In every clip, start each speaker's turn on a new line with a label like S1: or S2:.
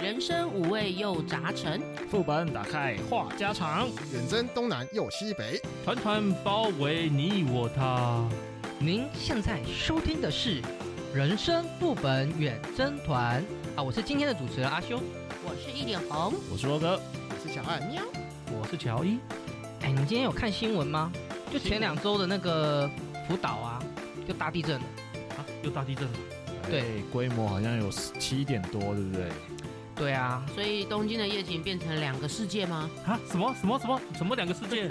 S1: 人生五味又杂陈，
S2: 副本打开话家常，
S3: 远征东南又西北，
S2: 团团包围你我他。
S4: 您现在收听的是《人生副本远征团》啊，我是今天的主持人阿修。
S1: 我是一点红，
S2: 我是罗哥，
S3: 我是小爱。
S1: 喵，
S2: 我是乔伊。
S4: 哎，你今天有看新闻吗？就前两周的那个福岛啊，就大地震了。
S2: 啊，又大地震了。
S4: 对
S5: 哎，规模好像有七点多，对不对？
S4: 对啊，
S1: 所以东京的夜景变成两个世界吗？
S2: 啊？什么什么什么什么两个世 界？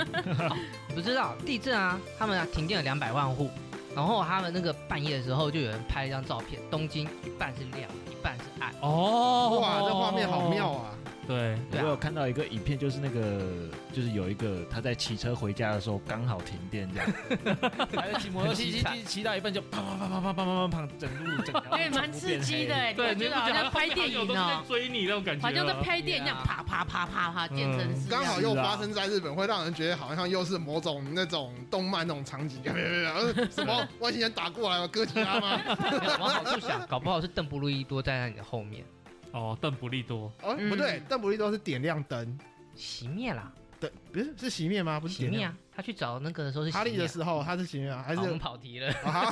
S4: 不知道地震啊，他们啊停电了两百万户，然后他们那个半夜的时候就有人拍了一张照片，东京一半是亮，一半是暗。
S2: 哦，
S3: 哇，这画面好妙！啊！
S2: 对，
S5: 我
S4: 对啊
S5: 有看到一个影片，就是那个，就是有一个他在骑车回家的时候，刚好停电这样，还在骑摩托车
S4: 很
S5: 骑
S4: 凄
S5: 骑
S4: 惨
S5: 骑骑到一半就啪啪啪啪啪啪啪啪啪，整路整条路
S1: 哎，蛮刺激的，哎，
S2: 对，
S1: 你觉得好像拍电影
S2: 呢
S1: 哦，，嗯
S2: 追你那种感觉，
S1: 好像在拍电影一样，
S4: Yeah
S1: 啪啪啪啪啪，电成是这样
S3: 刚好又
S2: 啊
S3: 发生在日本，会让人觉得好像又是某种那种动漫那种场景， 呃什 么外星人打过来了，哥吉拉吗？
S4: 没有往好处想，搞不好是邓布利多站在你的后面
S2: 哦，邓布利多，
S3: 哦，
S1: 嗯
S3: 不对，邓布利多是点亮灯，
S4: 熄灭啦，
S3: 对，不是是熄 灭吗？不是
S4: 熄
S3: 点
S4: 灭
S3: 亮。
S4: 啊！他去找那个的时候是熄
S3: 哈利
S4: 灭
S3: 的
S4: 啊。
S3: 时候他是熄灭啊，还
S4: 好我们
S3: 是
S4: 跑题了。
S3: 啊？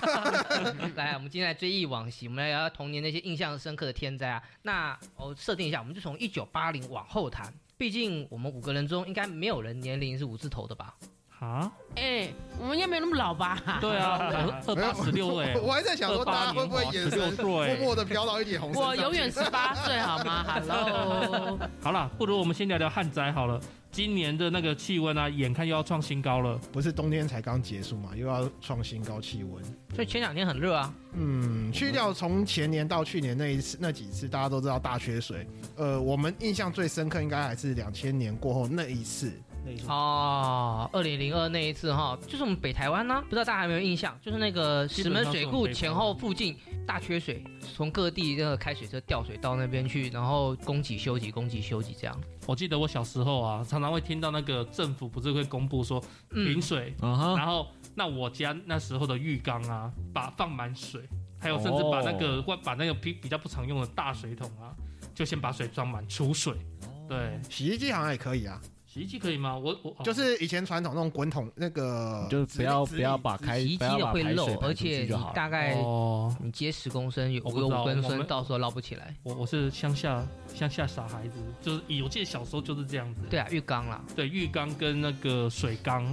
S4: 来，啊我们今天来追忆往昔，我们来聊聊童年那些印象深刻的天灾啊。那我设定一下，我们就从一九八零往后谈，毕竟我们五个人中应该没有人年龄是五字头的吧？
S2: 啊，
S1: 哎，我们应该没有那么老吧？
S2: 对啊，二八十 六哎，
S3: 我还在想说大家会不会眼神默
S2: 28年华16岁
S3: 默的飘到一点红身上？
S1: 我永远十八岁，好 吗？Hello，
S2: 好啦，不如我们先聊聊旱灾好了。今年的那个气温啊，眼看又要创新高了。
S3: 不是冬天才刚结束嘛，又要创新高气温。
S4: 所以前两天很热啊，
S3: 嗯，去掉从前年到去年那一次那几次，大家都知道大缺水。呃，我们印象最深刻应该还是两千年过后那一次，那一次
S4: 哦，二零零二那一次哈，就是我们北台湾呢、不知道大家有没有印象，就是那个石门水库前后附近大缺水，从各地那个开水车调水到那边去，然后供给休息，供给休息这样。
S2: 我记得我小时候啊，常常会听到那个政府不是会公布说停
S4: 嗯，
S2: 水，
S5: 啊哈，
S2: 然后那我家那时候的浴缸啊，把放满水，还有甚至把那
S4: 哦
S2: 个、把那个比比较不常用的大水桶啊，就先把水装满储水。
S4: 哦
S2: 对，
S3: 洗衣机好像也可以啊，
S2: 洗衣机可以吗？我哦我
S3: 就是是以前传统那种滚筒那个，
S5: 就是不要
S3: 直
S5: 不要把开
S4: 洗衣
S5: 不
S4: 机
S5: 要
S4: 的
S5: 把
S4: 会
S5: 排水
S4: 漏
S5: 排，出
S4: 而且
S5: 去
S4: 你
S5: 就好了。
S4: 大概
S2: 哦，
S4: 你接十公升，有
S2: 我不
S4: 有
S2: 知道
S4: 五公
S2: 我
S4: 升，
S2: 们
S4: 到时候捞不起来。
S2: 我我是乡下乡下傻孩子，就是以我记得小时候就是这样子。
S4: 对啊，浴缸啦，
S2: 对，浴缸跟那个水缸，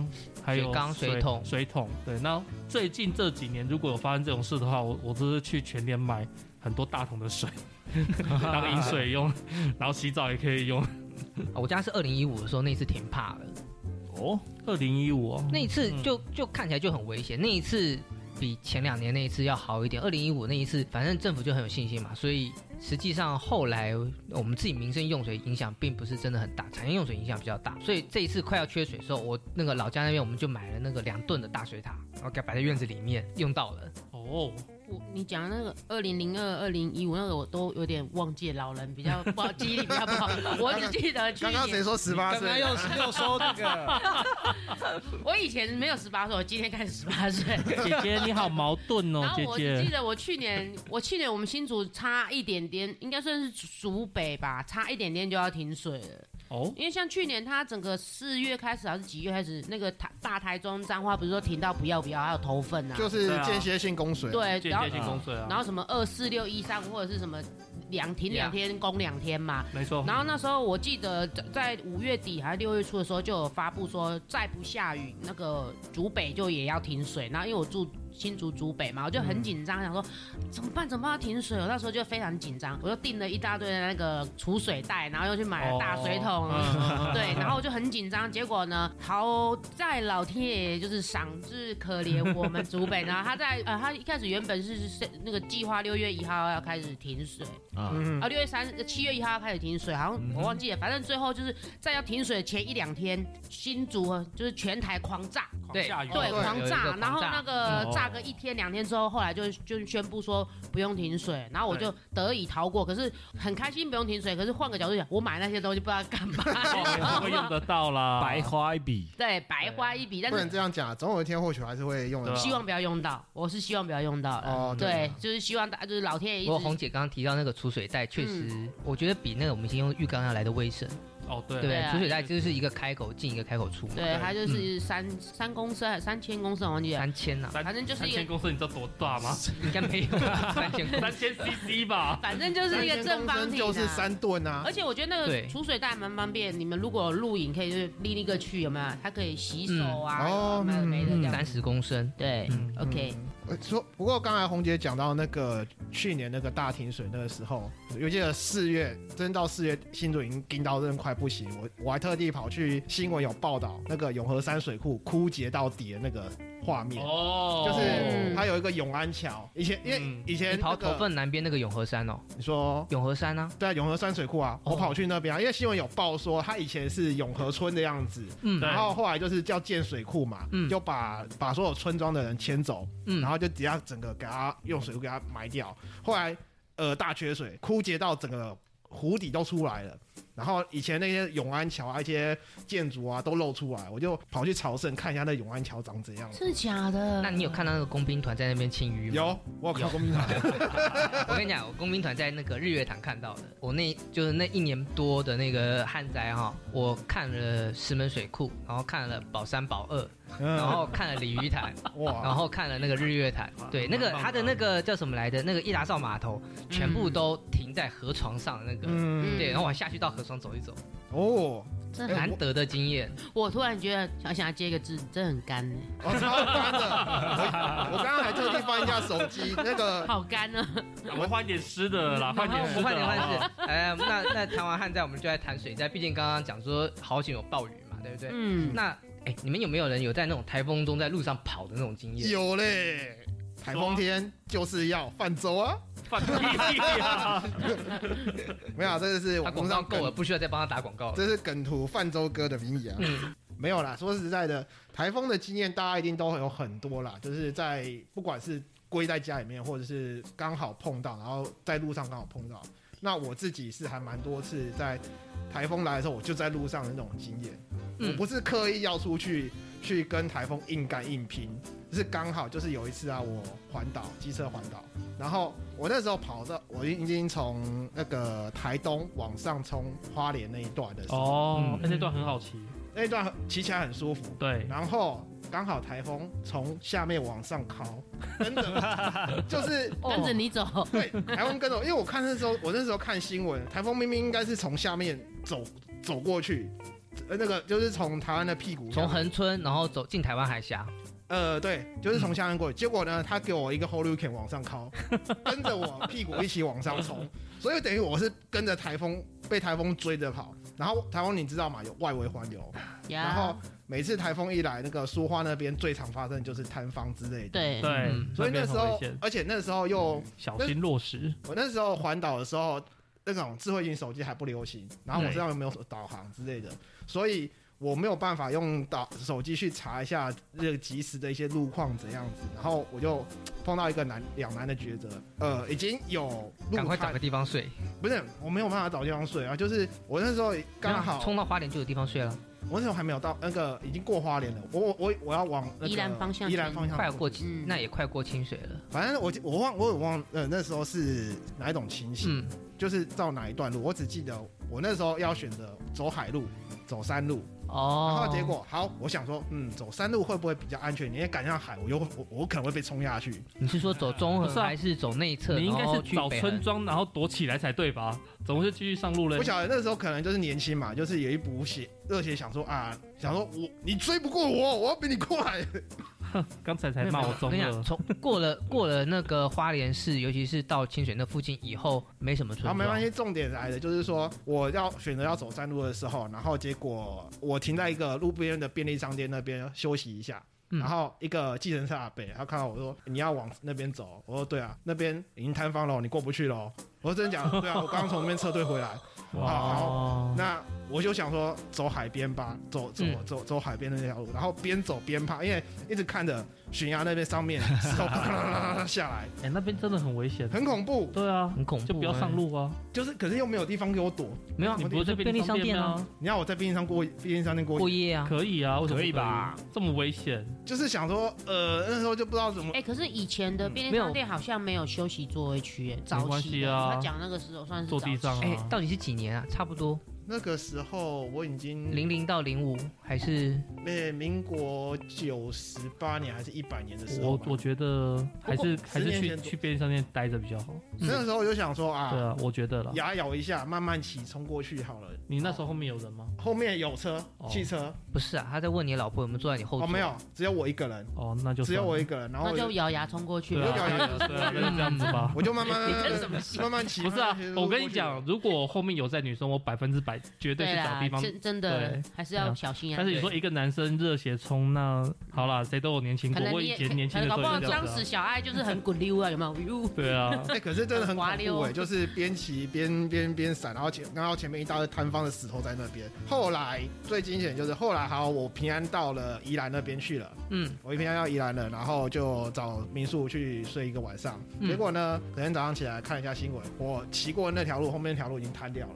S2: 还有
S4: 水缸水桶
S2: 水桶。对，那最近这几年如果有发生这种事的话，我我就是去全店买很多大桶 的水当饮水用，然后洗澡也可以用。
S4: 啊我家是二零一五的时候那一次停怕了，
S5: 哦，
S2: 二零一五
S4: 那一次就就看起来就很危险，那一次。比前两年那一次要好一点，二零一五那一次，反正政府就很有信心嘛，所以实际上后来我们自己民生用水影响并不是真的很大，产业用水影响比较大，所以这一次快要缺水的时候，我那个老家那边我们就买了那个两吨的大水塔，然后给它摆在院子里面用到了。
S2: 哦，
S1: 我你讲那个二零零二、二零一五那个，我都有点忘记，老人比较不好，记忆力比较不好。我只记得去
S3: 刚刚谁
S1: 年，
S3: 说十八岁？
S5: 又又说那 个，
S1: 我以前没有十八岁，我今天开始十八岁。
S2: 姐姐你好矛盾哦
S1: 然，后
S2: 姐
S1: 我只记
S2: 姐。
S1: 得我去年，我去年我们新竹差一点点，应该算是竹北吧，差一点点就要停水了。
S2: 哦，
S1: 因为像去年，它整个四月开始还是几月开始，那个台大台中彰化不是说停到不要不要，还有头份啊，
S3: 就是间歇性供水，，
S1: 对，
S2: 姐
S1: 然后
S2: 姐进公水啊，
S1: 然后什么二四六一三或者是什么两停两天供两天嘛。
S2: 没错。
S1: 然后那时候我记得在在五月底还是六月初的时候就有发布说，再不下雨，那个竹北就也要停水。然后因为我住新竹竹北嘛，我就很紧张，想说怎么办？怎么办？要停水？我那时候就非常紧张，我就订了一大堆的那个储水袋，然后又去买了大水桶，
S2: 哦嗯嗯嗯
S1: 对，然后我就很紧张。结果呢，好在老天爷就是赏识可怜我们竹北，然后他在呃，他一开始原本是是那个计划六月一号要开始停水，
S3: 嗯，
S1: 啊，六月三、七月一号要开始停水，好像我忘哦记了，反正最后就是在要停水前一两天，新竹就是全台狂炸，
S4: 对
S2: 下雨，
S1: 对，
S3: 对
S1: 狂
S4: 有一个
S1: 炸，
S4: 狂
S1: 然后
S4: 炸
S1: 那个
S3: 哦
S5: 嗯
S1: 炸个一天两天之后，后来就就宣布说不用停水，然后我
S2: 对
S1: 就得以逃过。可是很开心不用停水，可是换个角度讲，我买那些东西不知道干嘛，
S2: 哦也 不会用得到啦。
S5: 白花一笔，
S1: 对，白花一笔。但
S3: 不能
S1: 是
S3: 这样讲，啊总有一天或许还是会用得
S2: 对啊
S1: 希望不要用到，我是希望不要用到的。
S3: 哦，
S1: 对，就是希望大哎就是嗯老天爷
S4: 不
S1: 一
S4: 过红
S1: 直
S4: 姐刚刚提到那个储水袋，确实我觉得比那个我们先用浴缸要来的卫生，
S2: 哦，
S4: 对
S2: 对
S4: 不
S1: 对
S4: 对
S1: 啊？
S4: 储水袋就是一个开口进，一个开口出嘛，
S1: 对，啊它就是三三公升还三千公升，我忘记了，
S4: 三千呐，
S2: 三
S1: 反正就是
S2: 三
S1: 一
S2: 千
S1: 个，
S2: 公升，你知道多大 吗？
S4: 应该没有三千公
S2: 三千 CC 吧。
S1: 反正就是一个正方体、啊，
S3: 就是三吨啊
S1: 而，且我觉得那个
S4: 对
S1: 储水袋蛮方便，你们如果有露营可以就是拎一个去，有没有？它可以洗手啊，
S3: 嗯哦
S1: 有没有
S3: 嗯
S1: 没的这样。
S4: 三十公升，
S1: 对
S4: 嗯
S1: ，OK，
S3: 呃说不过刚才红姐讲到那个去年那个大停水那个时候，我记得四月真到四月，新竹已经盯到真的快不行，我我还特地跑去新闻有报道那个永和山水库枯竭到底的那个画面。
S2: 哦，
S3: 就是它有一个永安桥，以前因为
S2: 嗯
S3: 以
S4: 你
S3: 前
S4: 跑
S3: 那
S4: 头
S3: 个
S4: 份南边那个永和山哦，
S3: 你说
S4: 永和山啊，
S3: 对啊永和山水库啊，
S4: 哦
S3: 我跑去那边啊，因为新闻有报说它以前是永和村的样子，
S4: 嗯
S2: 对
S3: 然后后来就是叫建水库嘛，
S4: 嗯
S3: 就把把所有村庄的人迁走，
S4: 嗯，
S3: 然后就底下整个给他用水库给他埋掉。后来呃大缺水，枯竭到整个湖底都出来了。然后以前那些永安桥啊、一些建筑啊都露出来，我就跑去朝圣看一下那永安桥长怎样。
S1: 真的假的？
S4: 那你有看到那个工兵团在那边清淤吗？
S3: 有，我有看过民党。
S4: 我跟你讲，我工兵团在那个日月潭看到的，我那就是那一年多的那个旱灾哈，我看了石门水库，然后看了宝山宝二，然
S3: 嗯，
S4: 后看了鲤鱼潭，然
S3: 哇，
S4: 后看了那个日月潭
S3: 嗯
S2: 哇，
S4: 对，那个
S2: 蛮棒的
S4: 它的那个叫什么来着？那个一达少码头全部都停在河床上的那个，
S3: 嗯，
S4: 对，然后我下去到河床走一走，
S3: 哦，
S1: 真的
S3: 哎
S1: 很，
S4: 难得的经验。
S1: 我突然觉得想想要接一个字，真的很干欸呢，
S3: 我超干的，我我刚刚还特地翻一下手机，那 个
S1: 好干啊呢。
S2: 我们换点湿的啦，换点湿
S4: 不
S2: 的，
S4: 换点换
S2: 好不好
S4: 点，哎，那那谈完旱灾，我们就来谈水灾，毕竟刚刚讲说好景有暴雨嘛，对不对？
S1: 嗯，
S4: 那哎、你们有没有人有在那种台风中在路上跑的那种经验？
S3: 有嘞，台风天就是要泛舟啊。
S2: 放屁啊！
S3: 没有啊，这个是
S4: 他
S3: 网
S4: 广
S3: 络
S4: 告
S3: 上
S4: 够了，
S3: 梗，
S4: 不需要再帮他打广告了。
S3: 这是梗图泛舟哥的名义啊。
S4: 嗯
S3: 没有啦，说实在的，台风的经验大家一定都有很多啦，就是在不管是归在家里面，或者是刚好碰到，然后在路上刚好碰到。那我自己是还蛮多次在台风来的时候，我就在路上的那种经验。我
S4: 嗯
S3: 不是刻意要出去去跟台风硬干硬拼，就是刚好就是有一次啊，我环岛机车环岛，然后我那时候跑到我已经从那个台东往上冲花莲那一段的时候，
S2: 哦
S4: 嗯，
S2: 那那段很好骑，
S3: 那一段骑起来很舒服，
S2: 对，
S3: 然后刚好台风从下面往上靠，真的 就是
S2: 哦
S1: 跟着你走，
S3: 对台风跟着我，因为我看那时候我那时候看新闻，台风明明应该是从下面走走过去，呃，那个就是从台湾的屁股
S4: 从
S3: 下面
S4: 横村，然后走进台湾海峡，
S3: 呃对，就是从下面过去，结果呢他给我一个 hurricane 往上靠， 跟着我屁股一起往上冲，所以等于我是跟着台风被台风追着跑，然后台风你知道嘛有外围环流，
S1: 呀
S3: 然后每次台风一来，那个苏花那边最常发生就是塌方之类的。
S1: 对，
S2: 对
S4: 嗯，
S3: 所以那
S2: 边
S3: 时
S2: 很
S3: 候
S2: 危险，
S3: 而且那时候又，
S2: 小心落石。
S3: 我那时候环岛的时候，那种智慧型手机还不流行，然后我身上又没有导航之类的，所以我没有办法用导手机去查一下这个即时的一些路况怎样子，然后我就碰到一个难两难的抉择，呃，已经有路
S4: 赶快找
S3: 摊
S4: 个，地方睡。
S3: 不是我没有办法找地方睡啊，就是我那时候刚好
S4: 冲到花莲就有地方睡了，
S3: 我那时候还没有到那个，已经过花莲了。我我我我要往那个
S1: 宜兰方向
S3: 宜兰方向
S4: 快过
S1: 嗯
S4: 那也快过清水了。
S3: 反正我我忘我也忘呃那时候是哪一种情形，
S4: 嗯，
S3: 就是到哪一段路。我只记得我那时候要选择走海路、走山路，然
S4: 哦，
S3: 后结果好，我想说嗯走山路会不会比较安全？你也赶上海，我又 我我可能会被冲下去。
S4: 你是说走中
S2: 不
S4: 横
S2: 是啊
S4: 还是走内侧？
S2: 你应该
S4: 然后
S2: 是
S4: 去
S2: 找
S4: 北
S2: 村
S4: 横
S2: 庄，然后躲起来才对吧？怎么会继续上路嘞
S3: 我？晓得那时候可能就是年轻嘛，就是有一股血热血想说啊，想说我你追不过我，我要比你快。
S2: 刚才才
S4: 没有
S2: 冒
S4: 没有我
S2: 中
S4: 跟你讲，
S2: 了，
S4: 从过了过了那个花莲市，尤其是到清水那附近以后，没什么村
S3: 然
S4: 庄。
S3: 后啊没关系，重点来了，就是说我要选择要走山路的时候，然后结果我停在一个路边的便利商店那边休息一下。
S4: 嗯
S3: 然后一个计程车阿伯，他看到我说你要往那边走，我说对啊，那边已经摊方了，你过不去了。我说真的假的？对啊，我刚刚从那边撤退回来。好，
S2: 哇
S3: 那我就想说走海边吧，走走
S4: 嗯
S3: 走走海边的那条路，然后边走边怕，因为一直看着悬崖那边上面石头啪啦啦啦啦啦下来，
S2: 哎、那边真的很危险，
S3: 很恐怖。
S2: 对啊，
S4: 很恐怖，
S2: 就不要上，路啊！
S3: 就是可是又没有地方给我躲，
S4: 没有啊，
S2: 你不是在
S4: 就便利商
S2: 店
S4: 店 啊，，
S3: 你要我在便利商过便利商店
S4: 过
S3: 过，
S4: 夜啊，
S2: 可以啊，为什么不
S5: 可以吧？
S2: 这么危险，
S3: 就是想说呃那时候就不知道怎么
S1: 哎、可是以前的便
S4: 没
S1: 利
S4: 有
S1: 商店好像没有休息座位区，哎
S2: 没
S1: 早
S2: 关
S1: 期
S2: 系
S1: 的
S2: 啊
S1: 他讲那个时候算是
S2: 坐地
S1: 早期
S2: 上
S4: 哎
S2: 啊，。
S4: 到底是几年啊？差不多
S3: 那个时候我已经
S4: 零零到零五还是
S3: 呃民国九十八年还是一百年的时候
S2: 我
S3: 吧，
S2: 我觉得还是还
S3: 十
S2: 是
S3: 年
S2: 去
S3: 前
S2: 去便利商店待着比较好。
S3: 那个时候我就想说
S2: 嗯对
S3: 啊，
S2: 啊，我觉得啦。
S3: 牙咬一下，慢慢骑冲过去好了。
S2: 你那时候后面有人吗？
S3: 后面有车，
S2: 哦
S3: 汽车
S4: 不是啊？他在问你老婆有没有坐在你后
S3: 哦
S4: 座？
S3: 没有，只有我一个人，
S2: 哦，那就
S3: 只有
S2: 算了
S3: 我一个人，然后
S1: 那
S3: 我
S1: 就
S3: 就
S1: 咬牙冲过去
S2: 对
S1: 了。
S2: 啊，
S3: 摇摇摇
S2: 对啊，那就这样子 吧。
S3: 我就慢慢
S1: 这是什么戏
S3: 慢慢骑。
S2: 不是啊
S3: 慢慢骑，
S2: 我跟你讲，，如果后面有在女生，我百分之百绝对去找
S1: 啦
S2: 地，方。
S1: 真真的
S2: 对
S1: 还是
S2: 对
S1: 要
S2: 啊
S1: 小心啊。
S2: 但是你说一个男生热血冲，那好啦，谁都有年轻
S1: 可
S2: 过。
S1: 能
S2: 我
S1: 你
S2: 以
S1: 也
S2: 前
S1: 可
S2: 年轻
S1: 能
S2: 的时
S1: 搞
S2: 候
S1: 不好
S2: 也是这样
S1: 当
S2: 子
S1: 时
S2: 啊。
S1: 小爱就是很滚溜啊，有没有？哟
S2: 对啊，
S3: 哎，可是真的很恐
S1: 滑溜
S3: 怖哎，就是边骑边边边闪，然后前然后前面一大堆摊方的石头在那边。后来最惊险就是后来好，我平安到了宜兰那边去了。
S4: 嗯，
S3: 我一平安到宜兰了，然后就找民宿去睡一个晚上。
S4: 嗯
S3: 结果呢，隔天早上起来看一下新闻，我骑过那条路，后面那条路已经瘫掉了，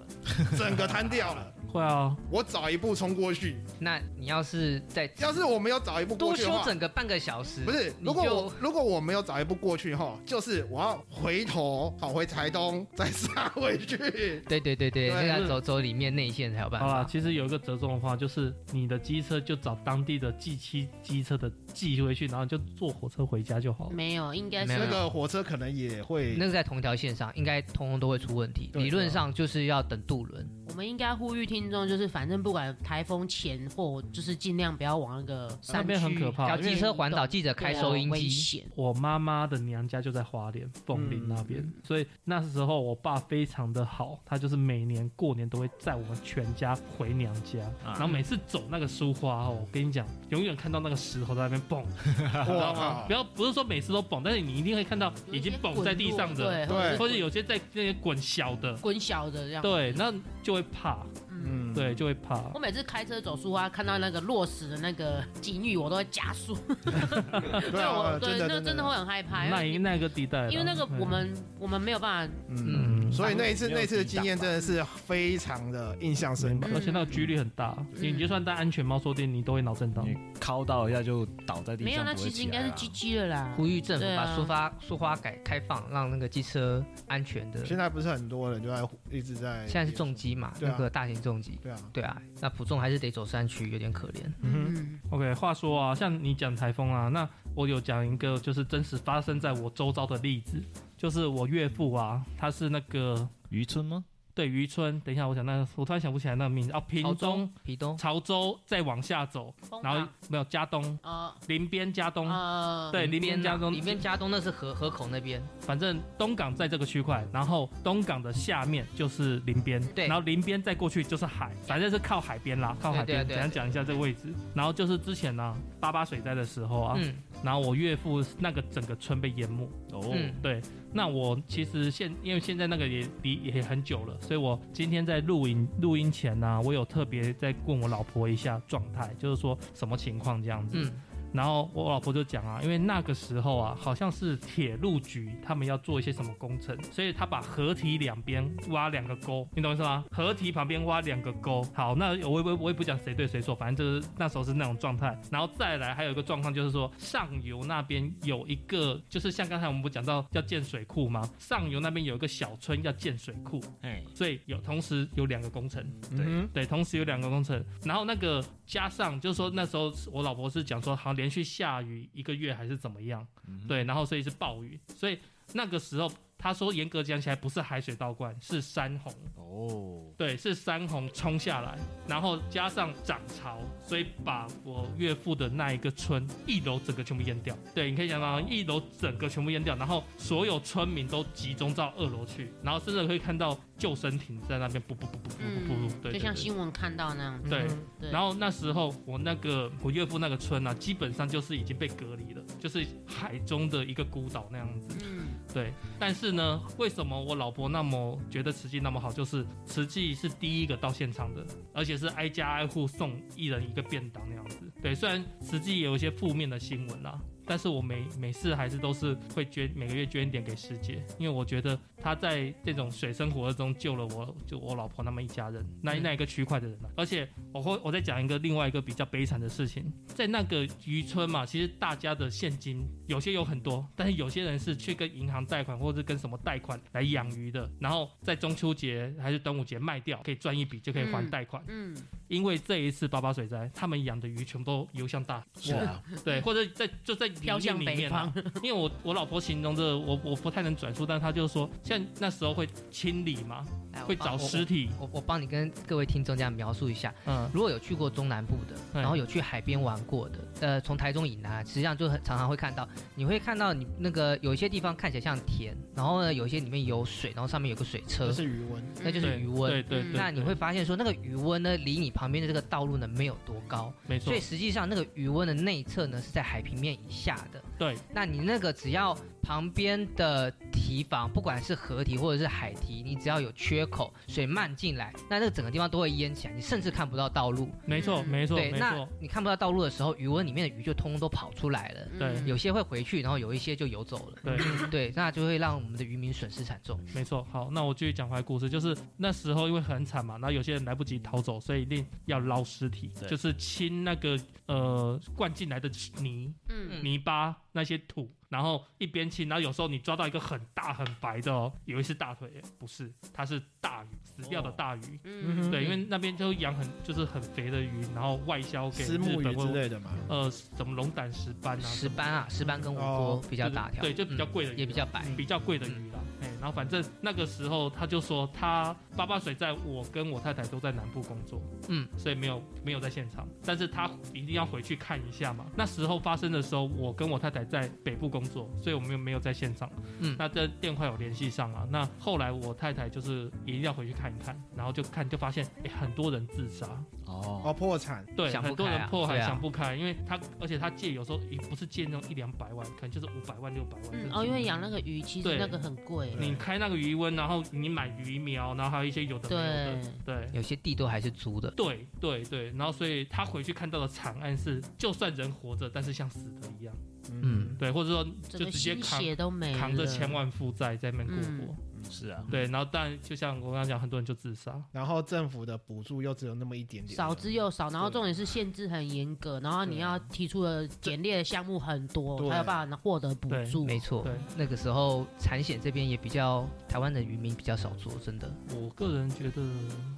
S3: 整个瘫掉了。
S2: 会啊，
S3: 我早一步冲过去，
S4: 那你要是再
S3: 要是我没有早一步过
S4: 多
S3: 去的
S4: 休
S3: 话，
S4: 整个半个小时，
S3: 啊不是，
S4: 你
S3: 如果
S4: 就
S3: 我如果我没有早一步过去哈，就是我要回头跑回台东再杀回去。
S4: 对啊对对对，
S3: 对
S4: 那个
S2: 就
S4: 要
S2: 是
S4: 走走里面内线才有办
S2: 好啦，
S4: 法。
S2: 其实有一个折中的话，就是你的机车就找当地的寄七机车的寄回去，然后你就坐火车回家就好了。
S1: 没有，应该
S4: 没有
S3: 那
S1: 是
S3: 个火车可能也会，
S4: 那个在同条线上，应该通通都会出问题。
S3: 对啊
S4: 理论上就是要等渡轮，
S1: 我们应该呼吁听众，就是反正不管台风前或，就是尽量不要往那个山
S2: 那边很
S1: 区
S2: 可怕
S1: 因
S4: 要
S1: 为
S4: 机车环岛，记者
S1: 对啊
S4: 开收音
S1: 危
S3: 啊
S4: 机。
S1: 险
S2: 我妈妈的娘家就在花莲凤林那边，所以那时候我爸非常的好，他就是每年过年都会载我们全家回娘家，
S5: 啊
S2: 然后每次走那个苏花哦，我跟你讲，永远看到那个石头在那边蹦，
S3: 我
S2: 不要不是说每次都蹦，但是你一定会看到
S1: 有
S2: 已
S1: 一些
S2: 经蹦在地上
S1: 滚
S2: 的，
S1: 落
S3: 对
S1: 对，
S2: 或者有些在那些滚小的，
S1: 滚小的这样。
S2: 对，那就会怕，
S1: 嗯，
S3: 嗯，
S2: 对，就会怕。
S1: 我每次开车走苏花，看到那个落石的那个警语，我都会加速。
S3: 对
S1: 那
S3: 啊，
S1: 我 对
S3: 真的
S1: 那真的会很害怕，因
S2: 那
S1: 为
S2: 一那个地带啦，
S1: 因为那个
S2: 嗯
S1: 我们我们没有办法，
S3: 嗯，
S2: 嗯，
S3: 所以那一次
S5: 没有
S3: 那次的经验真的是非常的印象深刻
S1: 嗯。
S2: 而且那个几率很大，你你就算戴安全帽坐垫，你都会脑震荡。
S5: 你敲到一下就倒在地上，
S1: 没有，那
S5: 不会
S1: 其实
S5: 起
S1: 应该是
S5: 来啊
S1: GG 了啦。
S4: 呼吁政府
S1: 对啊
S4: 把苏花苏花改开放，让那个机车安全的。
S3: 现在不是很多人就在一直在，
S4: 现在是重，机嘛，
S3: 对啊
S4: 那个大型重机。
S3: 对啊，
S4: 对啊，那普众还是得走山区，有点可怜。
S3: 嗯
S1: 嗯，
S2: OK，话说啊，像你讲台风啊，那我有讲一个就是真实发生在我周遭的例子，就是我岳父啊，他是那个
S5: 渔村吗？
S2: 对渔村，等一下我想那个，我突然想不起来那个名字啊，屏
S4: 潮
S2: 东
S4: 东、皮东，
S2: 潮州再往下走，
S1: 风
S2: 然后
S1: 暴
S2: 没有加东
S1: 呃
S2: 林边加东，
S1: 呃，
S2: 对林边加
S4: 啊
S2: 东
S4: 里面加东那是河河口那边，
S2: 反正东港在这个区块，然后东港的下面就是林边，
S4: 对
S2: 然后林边再过去就是海，反正是靠海边啦，靠海
S4: 对对
S2: 边。
S4: 对
S2: 等一下讲一下这个位置。然后就是之前呢、啊八八水灾的时候啊，
S4: 嗯
S2: 然后我岳父那个整个村被淹没。
S5: 哦，
S4: 嗯，
S2: 对，那我其实现因为现在那个也离也很久了，所以我今天在录音录音前呢、啊我有特别在问我老婆一下状态，就是说什么情况这样子。
S4: 嗯，
S2: 然后我老婆就讲啊，因为那个时候啊，好像是铁路局他们要做一些什么工程，所以他把河堤两边挖两个沟，你懂我意思吗？河堤旁边挖两个沟。好，那我也我也我也不讲谁对谁错，反正就是那时候是那种状态。然后再来还有一个状况就是说，上游那边有一个，就是像刚才我们不讲到要建水库吗？上游那边有一个小村要建水库，
S5: 哎，
S2: 所以有同时有两个工程。
S5: 对
S3: 嗯
S2: 对，同时有两个工程，然后那个加上就是说那时候我老婆是讲说好像连续下雨一个月还是怎么样，
S5: 嗯
S2: 对，然后所以是暴雨，所以那个时候她说严格讲起来不是海水倒灌，是山洪，
S5: 哦，
S2: 对，是山洪冲下来，然后加上涨潮，所以把我岳父的那一个村一楼整个全部淹掉。对，你可以想到一楼整个全部淹掉，然后所有村民都集中到二楼去，然后甚至可以看到救生艇在那边不不不不不不不，
S1: 嗯，
S2: 对，
S1: 就
S2: 对
S1: 像
S2: 对
S1: 新闻看到那样。
S2: 对
S4: 嗯
S1: 对，
S2: 然
S1: 后
S2: 后那时候我那个我岳父那个村啊，基本上就是已经被隔离了，就是海中的一个孤岛那样子。
S1: 嗯，
S2: 对，但是是呢，为什么我老婆那么觉得慈济那么好？就是慈济是第一个到现场的，而且是挨家挨户送一人一个便当那样子。对，虽然慈济也有一些负面的新闻啊啦。但是我每每次还是都是会捐每个月捐一点给师姐，因为我觉得她在这种水深火热中救了我，就我老婆他们一家人，那
S4: 嗯
S2: 那一个区块的人、啊。而且我会我再讲一个另外一个比较悲惨的事情，在那个渔村嘛，其实大家的现金有些有很多，但是有些人是去跟银行贷款或者跟什么贷款来养鱼的，然后在中秋节还是端午节卖掉，可以赚一笔就可以还
S1: 嗯
S2: 贷款。
S1: 嗯，
S2: 因为这一次八八水灾，他们养的鱼全部都游向大海
S5: 是啊，
S2: 对，或者在就在
S1: 飘向
S2: 里
S1: 北
S2: 面啊
S1: 方，
S2: 因为我我老婆形容的我我不太能转述，但她就说，像那时候会清理嘛，
S4: 来
S2: 会
S4: 我帮
S2: 找
S4: 嗯哎我
S2: 尸体，
S4: 我我帮你跟各位听众这样描述一下，
S2: 嗯，
S4: 如果有去过中南部的，
S2: 对
S4: 然后有去海边玩过的，呃，从台中以南啊，实际上就很常常会看到，你会看到你那个有一些地方看起来像田，然后呢，有一些里面有水，然后上面有个水车
S3: 这，是余温，
S4: 那就是
S2: 对
S4: 余温。
S2: 对对对，
S4: 那你
S2: 对
S4: 会发现说，那个余温呢，离你旁边的这个道路呢没有多高，
S2: 没错
S4: 所以，实际上那个余温的内侧呢是在海平面以下的。
S2: 对，
S4: 那你那个只要旁边的堤防，不管是河堤或者是海堤，你只要有缺口，水漫进来，那那个整个地方都会淹起来，你甚至看不到道路。
S2: 没错
S1: 嗯
S2: 没错
S4: 对，
S2: 没
S4: 那
S2: 错，
S4: 你看不到道路的时候，鱼温里面的鱼就通通都跑出来了，
S1: 嗯
S2: 对
S4: 有些会回去，然后有一些就游走了。
S2: 对。
S4: 对，那就会让我们的渔民损失惨重。
S2: 没错，好，那我继续讲回来故事，就是那时候因为很惨嘛，然后有些人来不及逃走，所以一定要捞尸体，
S5: 对
S2: 就是清那个呃灌进来的泥
S1: 嗯
S2: 泥巴那些土，然后一边清，然后有时候你抓到一个很大很白的哦，以为是大腿，不是，它是大鱼，死掉
S4: 哦
S2: 的大鱼，
S1: 嗯
S2: 对，因为那边就养很就是很肥的鱼，然后外销给
S3: 石
S2: 日
S3: 木鱼
S2: 本
S3: 之
S2: 或
S3: 类的嘛。
S2: 呃什么龙胆石斑啊，
S4: 石斑啊，石斑跟五
S3: 哦
S4: 锅比较大条，
S2: 对，就比较
S4: 嗯
S2: 贵的鱼啊、
S4: 也比较白。
S2: 比较贵的鱼啦。哎、然后反正那个时候他就说他八八水在我跟我太太都在南部工作，
S4: 嗯，
S2: 所以没有没有在现场，但是他一定要回去看一下嘛。那时候发生的时候，我跟我太太在北部工作，所以我们又没有在现场。
S4: 嗯
S2: 那这电话有联系上啊。那后来我太太就是一定要回去看一看，然后就看就发现，哎、很多人自杀，
S5: 哦，
S3: 哦，破产，
S2: 对，
S4: 想不
S2: 很多
S4: 开
S2: 人
S4: 啊
S2: 破还
S4: 对啊
S2: 想不开，因为他而且他借有时候也不是借那种一两百万，可能就是五百万六百万。
S1: 嗯，哦，因为养那个鱼，其实
S2: 对
S1: 那个很贵，
S2: 你开那个鱼温，然后你买鱼苗，然后还有一些有的没有
S1: 对
S2: 的，，对。
S4: 有些地都还是租的，
S2: 对对对，然后所以他回去看到的惨案是，就算人活着，但是像死的一样，
S4: 嗯，
S2: 对，或者说
S1: 整
S2: 就
S1: 个
S2: 直接
S1: 心
S2: 扛
S1: 血都没了，
S2: 扛着千万负债在那边过
S4: 嗯
S2: 活，
S5: 是啊，
S2: 对，然后但就像我刚刚讲，很多人就自杀，
S3: 嗯然后政府的补助又只有那么一点点，
S1: 少之又少，然后
S3: 对
S1: 重点是限制很严格，然后你
S2: 啊
S1: 要提出的简列的项目很多，
S3: 对
S1: 才有办法获得补助。
S4: 没错
S2: 对。
S4: 那个时候产险这边也比较，台湾的渔民比较少做，真的，
S2: 我个人觉得，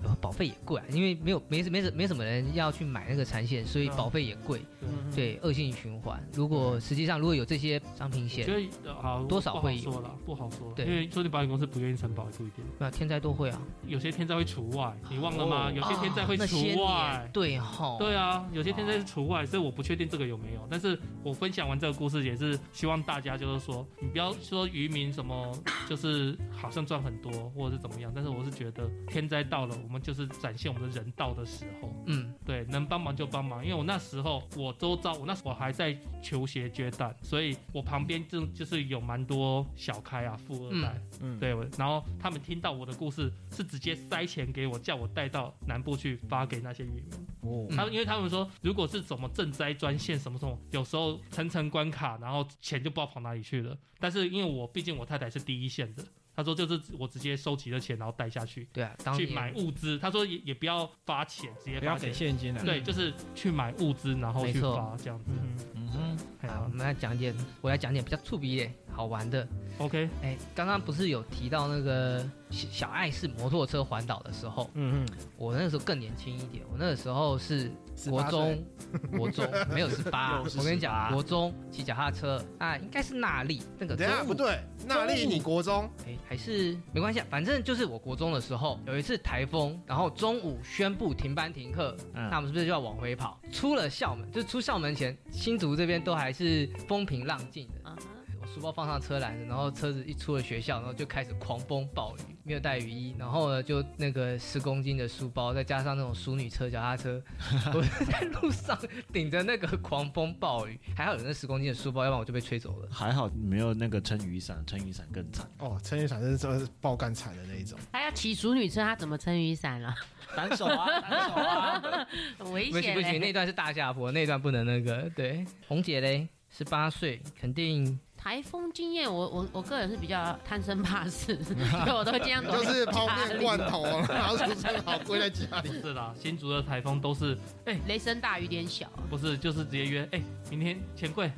S4: 呃保费也贵啊，因为没有没没没什么人要去买那个产险，所以
S2: 嗯
S4: 保费也贵。
S1: 嗯
S4: 对，恶性循环。如果实际上如果有这些商品
S2: 我
S4: 险
S2: 觉，得呃好
S4: 多少
S2: 不好
S4: 会有
S2: 说了，不好说啦，
S4: 对
S2: 因为说你保险公司不愿意承保也不一定。
S4: 那天灾都会啊，
S2: 有些天灾会除外，你忘了吗？
S5: 哦
S2: 有些天灾会
S4: 哦那些
S2: 除
S4: 年
S2: 外。
S4: 对吼，
S2: 对啊，有些天灾是除外，所以我不确定这个有没有。但是我分享完这个故事，也是希望大家就是说，你不要说渔民什么，就是好像赚很多或者是怎么样。但是我是觉得天灾到了，我们就是展现我们的人道的时候，
S4: 嗯，
S2: 对，能帮忙就帮忙。因为我那时候我周遭，我那时候我还在求学阶段，所以我旁边就就是有蛮多小开啊、富二代，
S3: 嗯，
S2: 对，我然后他们听到我的故事，是直接塞钱给我，叫我带到南部去发给那些渔民。
S3: 哦，
S4: 嗯
S2: 他们因为他们说，如果是什么赈灾专线什么什么，有时候层层关卡，然后钱就不知道跑哪里去了。但是因为我毕竟我太太是第一线的，她说就是我直接收集了钱，然后带下去
S4: 对啊，当
S2: 去
S4: 年
S2: 买物资。她说也也不要发钱，直接
S3: 不
S2: 发
S3: 要给
S2: 钱。
S3: 现金
S5: 啊
S3: 了，
S2: 对，就是去买物资，然后
S4: 没
S2: 去
S4: 错
S2: 发这样子。
S3: 嗯
S5: 嗯哼，
S2: 哎呀
S4: 啊，我们来讲点，我来讲点比较触鼻的好玩的。
S2: OK，
S4: 哎，刚刚不是有提到那个小小爱是摩托车环岛的时候，
S3: 嗯
S4: 我那个时候更年轻一点，我那个时候是
S3: 嗯，
S4: 国
S3: 18岁
S4: 中，国中没有十八，
S5: 又是
S4: 我跟你
S5: 18
S4: 讲，国中骑脚踏车啊，应该是纳莉那个
S3: 等一下
S4: 中午
S3: 不对，那丽你国中
S4: 哎，还是没关系，啊，反正就是我国中的时候有一次台风，然后中午宣布停班停课，
S5: 嗯
S4: 那我们是不是就要往回跑？出了校门，就出校门前，新竹这边都还是风平浪静的。
S1: 啊哈
S4: 我书包放上车篮子，然后车子一出了学校，然后就开始狂风暴雨，没有带雨衣，然后呢就那个十公斤的书包，再加上那种淑女车、脚踏车，我 就在路上顶着那个狂风暴雨，还好有那十公斤的书包，要不然我就被吹走了。
S5: 还好没有那个撑雨伞，撑雨伞更惨，
S3: 哦，撑雨伞真的是真的是爆干惨的那一种。
S1: 他要骑熟女车，他怎么撑雨伞了？
S5: 单手啊，单手啊。
S1: 很危
S4: 不行
S1: 险
S4: 不行，
S1: 嘞、
S4: 那段是大下坡，那段不能那个。对，红姐嘞，十八岁，肯定
S1: 台风经验，我我我个人是比较贪生怕 死，所以我都尽量躲
S3: 就
S1: 在
S3: 是泡
S1: 家
S3: 面
S1: 里
S3: 罐头，然后储存好归在家里。
S2: 是啦，新竹的台风都是
S1: 雷声大雨点小，
S2: 不是就是直接约，哎、明天钱柜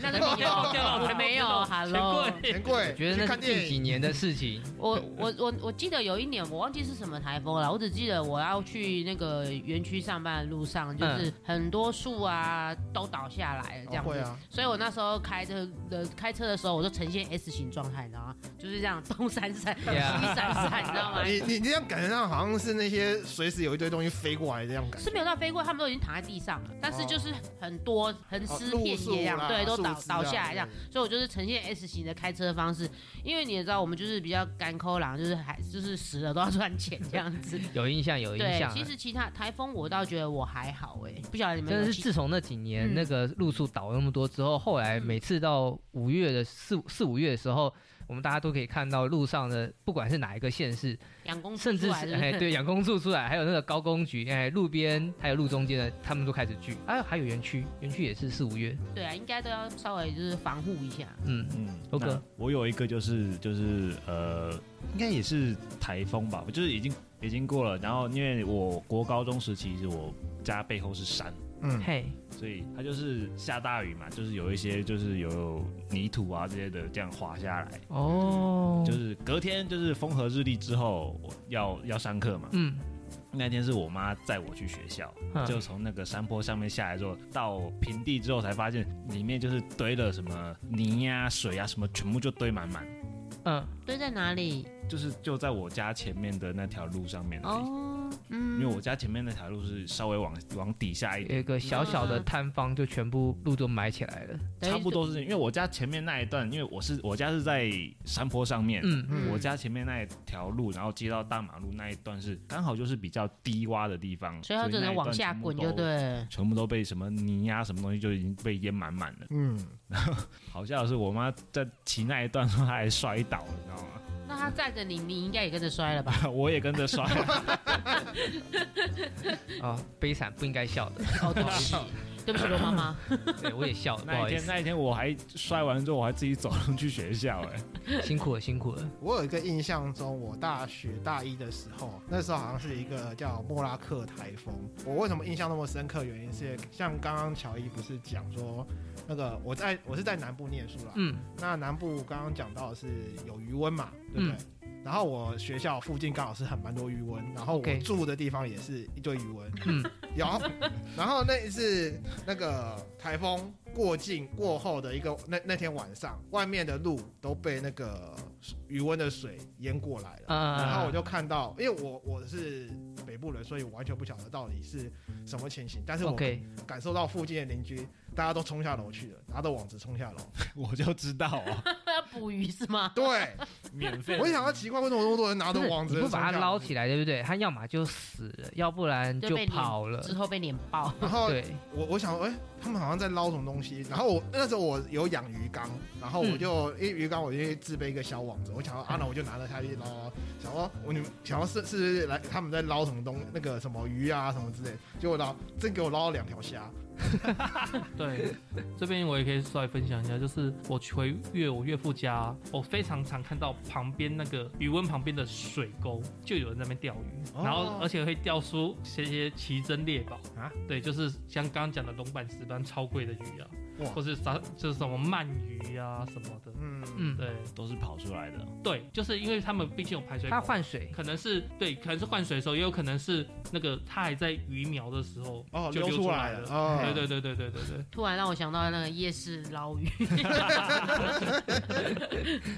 S1: 那个没有，我没有，Hello
S2: 钱。柜
S3: 钱柜，
S4: 我觉得
S3: 去
S4: 那
S3: 看
S4: 是近
S3: 电
S4: 几
S3: 影，
S4: 年的事情。
S1: 我我我我记得有一年，我忘记是什么台风了，我只记得我要去那个园区上班的路上，就是很多树啊都倒下来了这
S3: 嗯哦
S1: 样
S3: 会
S1: 子。
S3: 啊，
S1: 所以我那时候开车的开车的时候，我就呈现 S 型状态，你知道吗？就是这样东闪闪西
S4: Yeah
S1: 闪闪，你知道吗？
S3: 你你这样感觉上好像是那些随时有一堆东西飞过来的这样感觉。
S1: 是没有到飞过，他们都已经躺在地上了，但是就是很多横
S3: 哦
S1: 尸
S3: 路
S1: 遍
S3: 树
S1: 野这样，
S3: 啦
S1: 对，都
S3: 树
S1: 倒
S3: 枝啊
S1: 倒下来这样。
S3: 对
S1: 所以我就是呈现 S 型的开车方式，因为你也知道我们就是比较干抠狼，就是还就是死了都要赚钱这样子。
S4: 有印象，有印
S1: 对
S4: 象，啊。
S1: 其实其他台风我倒觉得我还好哎、不晓得你们
S4: 真
S1: 有
S4: 的
S1: 没
S4: 是
S1: 有记
S4: 自从那几年
S1: 嗯
S4: 那个路数倒那么多之后，后来每次到五月的四四五月的时候，我们大家都可以看到路上的，不管是哪一个县市，
S1: 养工
S4: 甚至
S1: 出来
S4: 是
S1: 不
S4: 哎对养工处出来，还有那个高工局，哎路边还有路中间的，他们都开始聚。哎，还有园区，园区也是四五月，
S1: 对啊，应该都要稍微就是防护一下。
S4: 嗯，
S5: 嗯
S4: OK
S5: 那我有一个就是就是呃，应该也是台风吧，我就是已经已经过了。然后因为我国高中时期，其实我家背后是山，
S3: 嗯，
S4: 嘿，
S5: 所以它就是下大雨嘛，就是有一些就是有泥土啊这些的这样滑下来。
S4: 哦
S5: 就，是隔天就是风和日丽之后，我要要上课嘛。
S4: 嗯，
S5: 那天是我妈载我去学校，
S4: 嗯
S5: 就从那个山坡上面下来之后，到平地之后才发现里面就是堆了什么泥呀、水啊什么，全部就堆满满。
S4: 嗯，
S1: 堆在哪里？
S5: 就是就在我家前面的那条路上面而已
S1: 哦，
S5: 因
S1: 嗯，
S5: 为我家前面那条路是稍微往往底下一点，
S4: 有一个小小的摊方就全部路都埋起来了，
S1: 等于
S5: 差不多是因为我家前面那一段，因为我是我家是在山坡上面，
S4: 嗯，
S1: 嗯
S5: 我家前面那一条路，然后接到大马路那一段是刚好就是比较低洼的地方，
S1: 所以它只
S5: 那
S1: 能
S5: 一段
S1: 往下滚就
S5: 全部
S1: 对
S5: 都。
S1: 了。
S5: 全部都被什么泥啊什么东西就已经被淹满满了。
S3: 嗯，
S5: 好笑的是，我妈在骑那一段的时候，她还摔倒了，你知道吗？
S1: 那他载着你，你应该也跟着摔了吧？
S5: 我也跟着摔。
S4: 啊，悲惨不应该笑的，
S1: 哦，对不起， 对不起，罗妈妈。
S4: 对我也 笑了，不
S5: 那
S4: 好
S5: 一
S4: 意
S5: 天，
S4: 思，
S5: 那一天我还摔完之后，我还自己走路去学校、哎，
S4: 辛苦了，辛苦了，
S3: 我有一个印象中，我大学大一的时候，那时候好像是一个叫莫拉克台风。我为什么印象那么深刻？原因是像刚刚乔伊不是讲说，那个我在我是在南部念书啦，
S4: 嗯，
S3: 那南部刚刚讲到的是有余温嘛，对不对？然后我学校附近刚好是很蛮多余温，然后
S4: 嗯 OK
S3: 我住的地方也是一堆余温，
S4: 嗯，
S3: 有。 然后那一次那个台风过境过后的一个那那天晚上，外面的路都被那个余温的水淹过来了。
S4: 啊，
S3: 然后我就看到，因为我我是北部人，所以我完全不晓得到底是什么情形，但是我
S4: OK，
S3: 感受到附近的邻居大家都冲下楼去了，拿着网子冲下楼。
S5: 我就知道哦，
S1: 要捕鱼是吗？
S3: 对，
S5: 免费
S3: 我就想到奇怪，为什么那么多人拿
S4: 不
S3: 着
S4: 是
S3: 网子？
S4: 你不把它捞，起来，对不对？它要么就死了，要不然
S1: 就
S4: 就
S1: 被碾
S4: 跑了。
S1: 之后被碾爆。
S3: 然后
S4: 对，
S3: 我我想说，哎、他们好像在捞什么东西。然后我那时候我有养鱼缸，然后我
S2: 嗯
S3: 就、因为鱼缸我就自备一个小网子，我想说啊，那我就拿着下去捞啊，想说我你们想要是是不是来他们在捞什么东那个什么鱼啊什么之类，结果捞真给我捞了两条虾，
S2: 对，这边我也可以稍微分享一下，就是我去回岳我岳父家，我非常常看到旁边那个余温旁边的水沟，就有人在那边钓鱼，
S3: 哦
S2: 然后而且会钓出一些奇珍猎宝
S3: 啊
S2: 啊，对，就是像刚刚讲的龙板石斑超贵的鱼啊
S3: 哇，
S2: 或是啥就是什么鳗鱼啊什么的，
S3: 嗯
S4: 嗯，
S2: 对
S5: 都是跑出来的。
S2: 对，就是因为他们毕竟有排水
S4: 它
S2: 口。
S4: 换水，
S2: 可能是对，可能是换水的时候，也有可能是那个它还在鱼苗的时候
S3: 哦，
S2: 就
S3: 溜
S2: 出
S3: 出来
S2: 了。
S3: 哦，
S2: 对对对对对对对。
S1: 突然让我想到那个夜市捞鱼，
S4: 实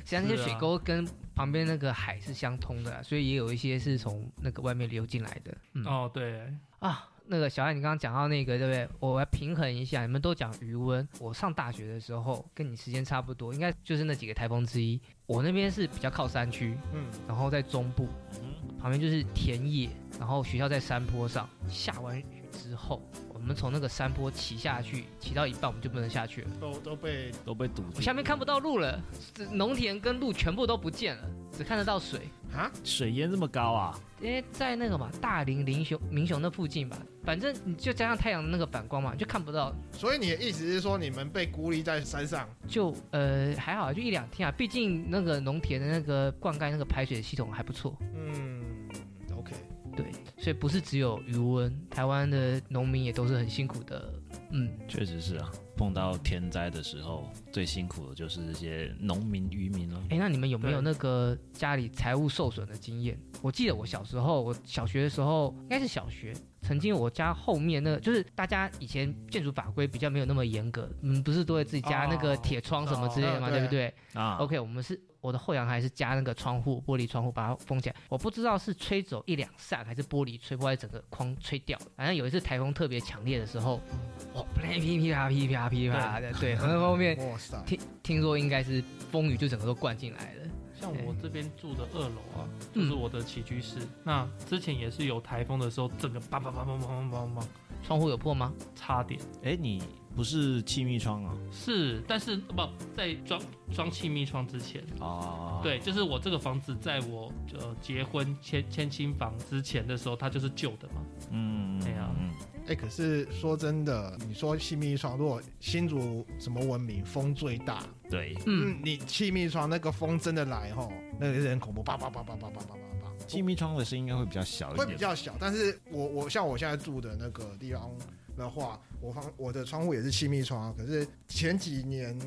S4: 际上那些
S2: 是啊
S4: 水沟跟旁边那个海是相通的啊，所以也有一些是从那个外面流进来的。嗯
S2: 哦，对，
S4: 啊，那个小艾，你刚刚讲到那个对不对？我要平衡一下，你们都讲余温。我上大学的时候跟你时间差不多，应该就是那几个台风之一。我那边是比较靠山区，
S3: 嗯，
S4: 然后在中部，
S5: 嗯
S4: 旁边就是田野，然后学校在山坡上。下完雨之后，我们从那个山坡骑下去，骑到一半我们就不能下去了，
S3: 都都被
S5: 都被堵
S4: 我
S5: 住，
S4: 下面看不到路了，这农田跟路全部都不见了，只看得到水。
S3: 啊，
S5: 水淹这么高啊！
S4: 因为在那个嘛大林林雄民雄那附近吧，反正你就加上太阳的那个反光嘛，就看不到。
S3: 所以你的意思是说你们被孤立在山上？
S4: 就呃还好啊，就一两天啊，毕竟那个农田的那个灌溉那个排水的系统还不错，
S3: 嗯，OK，
S4: 对，所以不是只有余温，台湾的农民也都是很辛苦的，嗯，
S5: 确实是啊，碰到天灾的时候，最辛苦的就是这些农民渔民了。
S4: 哎，那你们有没有
S2: 对
S4: 那个家里财务受损的经验？我记得我小时候，我小学的时候应该是小学，曾经我家后面那个就是大家以前建筑法规比较没有那么严格，嗯，不是都会自己加那个
S2: 哦
S4: 铁窗什么之类的嘛，
S3: 哦
S4: 对不对
S5: 啊
S4: ？OK，我们是我的后阳台是加那个窗户玻璃窗户把它封起来，我不知道是吹走一两扇还是玻璃吹破，还是整个框吹掉了。反正有一次台风特别强烈的时候，哦，噼里啪啦噼里啪啦噼里啪啦的，对，然后后面
S3: 哇塞，
S4: 听听说应该是风雨就整个都灌进来了。
S2: 像我这边住的二楼啊，就是我的起居室。那之前也是有台风的时候，整个梆梆梆梆梆梆梆梆，
S4: 窗户有破吗？
S2: 差点
S5: 哎、你不是气密窗啊？
S2: 是，但是不在装装气密窗之前，
S5: 哦，
S2: 对，就是我这个房子在我呃结婚迁迁新房之前的时候，它就是旧的嘛。
S5: 嗯，嗯，
S2: 对啊
S5: 嗯，
S3: 哎、可是说真的，你说气密窗，如果新竹什么文明风最大，
S5: 对，
S4: 嗯，
S3: 嗯，你气密窗那个风真的来吼，那个是很恐怖，叭叭叭叭叭叭叭叭叭，
S5: 气密窗的嗯声音应该会比较小一
S3: 会
S5: 点，
S3: 比较小。但是我我像我现在住的那个地方的话，我房我的窗户也是气密窗，可是前几年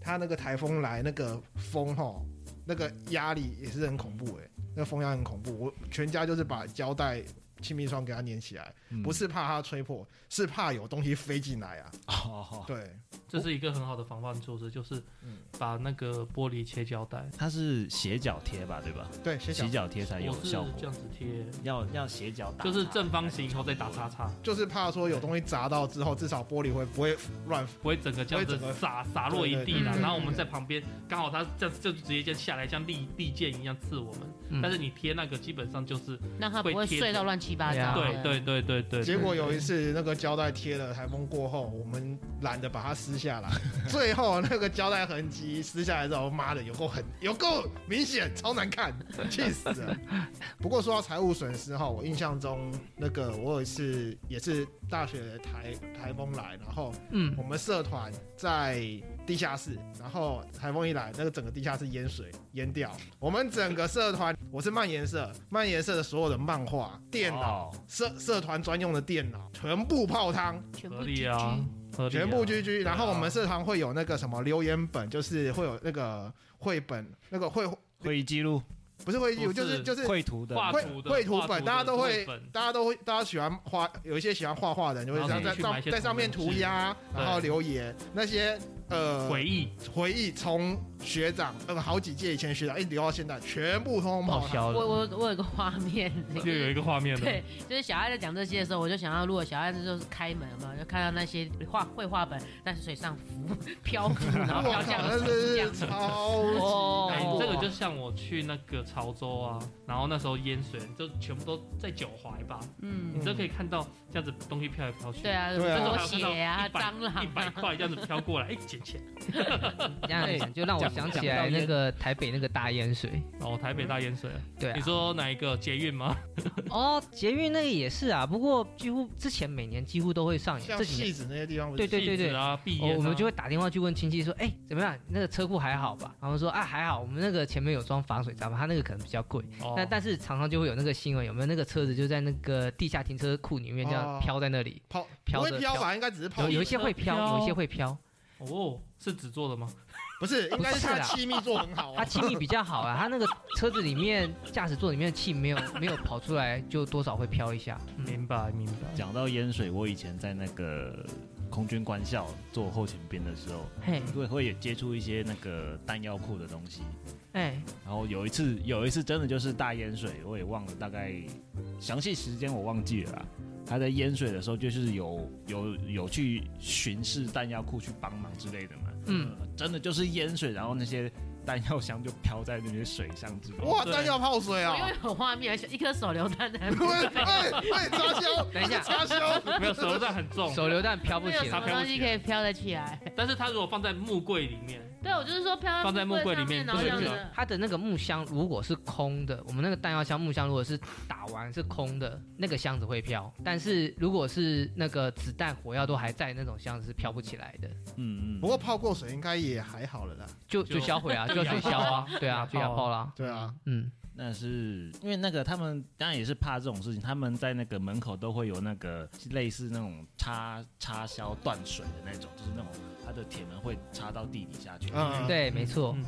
S3: 它那个台风来，那个风吼，那个压力也是很恐怖诶、那个风压很恐怖，我全家就是把胶带。气密窗给它粘起来，
S5: 嗯
S3: 不是怕它吹破，是怕有东西飞进来啊！
S5: 哦，
S3: 对，
S2: 这是一个很好的防范措施，就是
S3: 嗯
S2: 把那个玻璃切胶带，
S5: 它是斜角贴吧，对吧？
S3: 对，谢谢
S5: 斜。角贴才有
S2: 我是
S5: 效
S2: 这
S5: 果，
S2: 样子贴，
S5: 要要斜角打，
S2: 就是正方形以后再打叉，叉，
S3: 就是怕说有东西砸到之后，至少玻璃会不会乱
S2: 不会整个这样
S3: 不
S2: 子
S3: 会整个
S2: 洒洒落一地
S1: 对对
S2: 啦。
S1: 对
S2: 然后我们在旁边，刚好它这样就直接这样下来，像利利剑一样刺我们。
S4: 嗯
S2: 但是你贴那个基本上就是，
S1: 让它不会碎到乱七八糟。
S2: 对啊对对对对，
S3: 结果有一次那个胶带贴了，台风过后，我们懒得把它撕下来，最后那个胶带痕迹撕下来之后，妈的有够狠，有够明显，超难看，气死了。不过说到财务损失哈，我印象中那个我有一次也是大学台台风来，然后
S4: 嗯
S3: 我，们社团在地下室，然后台风一来，那个整个地下室淹水淹掉。我们整个社团，我是漫研社，漫研社的所有的漫画、电脑、
S5: 哦
S3: 社社团专用的电脑全部泡汤，
S1: 全部
S2: 合理啊，合理啊
S3: 全部 GG。然后
S2: 对啊
S3: 我们社团会有那个什么留言本，就是会有那个绘本，那个绘
S5: 会议记录、
S3: 不是会议记录，
S2: 不
S3: 就是是就是
S5: 绘图的，
S2: 画
S3: 绘
S2: 图的
S3: 绘图
S2: 画
S3: 本，
S2: 的
S3: 大家都
S2: 绘
S3: 会
S2: 本，
S3: 大家都会，大家喜欢画，有一些喜欢画画的人就会
S2: 然
S3: 这
S2: 后
S3: 样在
S2: 自己去买
S3: 上
S2: 一些
S3: 在上面
S2: 同人
S3: 涂鸦，
S2: 志
S3: 然后
S2: 对
S3: 留言那些呃
S2: 回忆
S3: 回忆从学长呃好几届以前学长一直留到现在，全部通通
S4: 报
S3: 跑
S4: 销
S1: 我
S4: 了。
S1: 我我有个画面，
S2: 就有一个画面了。
S1: 对，就是小爱在讲这些的时候，我就想到，如果小爱就是开门嘛，就看到那些画绘画本在水上浮 漂浮，然后
S3: 我
S1: 飘
S3: 靠，
S1: 向
S3: 那
S1: 这样
S3: 是。超级
S1: 哦
S2: 哎、
S3: 难过
S2: 这个就像我去那个潮州啊，然后那时候淹水，就全部都在脚踝吧，
S1: 嗯，
S2: 你就可以看到这样子东西飘来飘去。
S1: 对，啊，
S3: 对啊
S1: 多血啊，蟑螂
S2: 一百
S1: 啊，
S2: 块这样子飘 过来，哎、捡起来。
S4: 这样子就让我想起来那个台北那个大淹水。
S2: 哦，台北大淹水啊，
S4: 对
S2: 你
S4: 啊，
S2: 说哪一个捷运吗？
S4: 哦，捷运那个也是啊，不过几乎之前每年几乎都会上演，
S3: 像
S4: 这几
S3: 戏
S4: 年。
S3: 子那些地方不
S4: 对
S3: 是
S4: 对对
S2: 戏子啊，闭
S4: 哦
S2: 眼、啊
S4: 我们就会打电话去问亲戚说，哎，怎么样？那个车库还好吧？然后说啊，还好，我们那个前面有装防水闸嘛，它那个可能比较贵。
S2: 哦
S4: 那但是常常就会有那个新闻，有没有那个车子就在那个地下停车库里面这样
S3: 哦
S4: 飘在那里？
S3: 跑
S4: 飘
S3: 不
S4: 着
S3: 会飘吧？应该只是泡
S4: 有有一些会飘，有一些
S2: 飘
S4: 会飘。
S2: 哦，是纸做的吗？
S3: 不是，应该是
S4: 不
S3: 他
S4: 是啊
S3: 气密做很好
S4: 它
S3: 啊。
S4: 气密比较好啊，它那个车子里面驾驶座里面的气没有没有跑出来，就多少会飘一下。嗯，
S2: 明白明 白。
S5: 讲到淹水，我以前在那个空军官校做后勤兵的时候，
S4: 嘿，
S5: 会会也接触一些那个弹药库的东西。
S4: 哎，
S5: 然后有一次，有一次真的就是大淹水，我也忘了大概详细时间我忘记了啦。他在淹水的时候，就是有有有去巡视弹药库去帮忙之类的嘛。
S4: 嗯
S5: 呃，真的就是淹水，然后那些弹药箱就飘在那些水上之类的。
S3: 哇，
S2: 对
S3: 弹药泡水啊
S1: 因！为有画面，一颗手榴弹在那
S3: 喂
S1: 边
S3: 喂喂，插销，
S4: 等一下
S3: 插销，
S2: 没有手榴弹很重，
S4: 手榴弹飘不
S1: 没有
S4: 起
S1: 什
S2: 它
S1: 么
S4: 来，
S2: 飘不
S1: 东
S2: 起
S1: 西
S2: 来
S1: 可以飘得起来。
S2: 但是它如果放在木柜里面，
S1: 对，我就是说飘
S2: 放在木柜里
S1: 上
S2: 面
S1: 面，然后
S2: 不
S1: 这
S2: 是
S1: 样
S2: 不是
S1: 子。
S4: 它的那个木箱如果是空的，我们那个弹药箱木箱如果是打完是空的，那个箱子会飘。但是如果是那个子弹火药都还在那种箱子是飘不起来的，
S5: 嗯嗯。
S3: 不过泡过水应该也还好了啦。
S4: 就就
S2: 就
S4: 销毁 啊，就水销啊，对啊，就
S2: 就哑
S4: 哑
S2: 炮
S4: 炮啦。
S3: 对啊，
S4: 嗯，
S5: 那是因为那个他们当然也是怕这种事情，他们在那个门口都会有那个类似那种插插销断水的那种，就是那种它的铁门会插到地底下去。
S3: 嗯嗯
S4: 对，没错。
S2: 嗯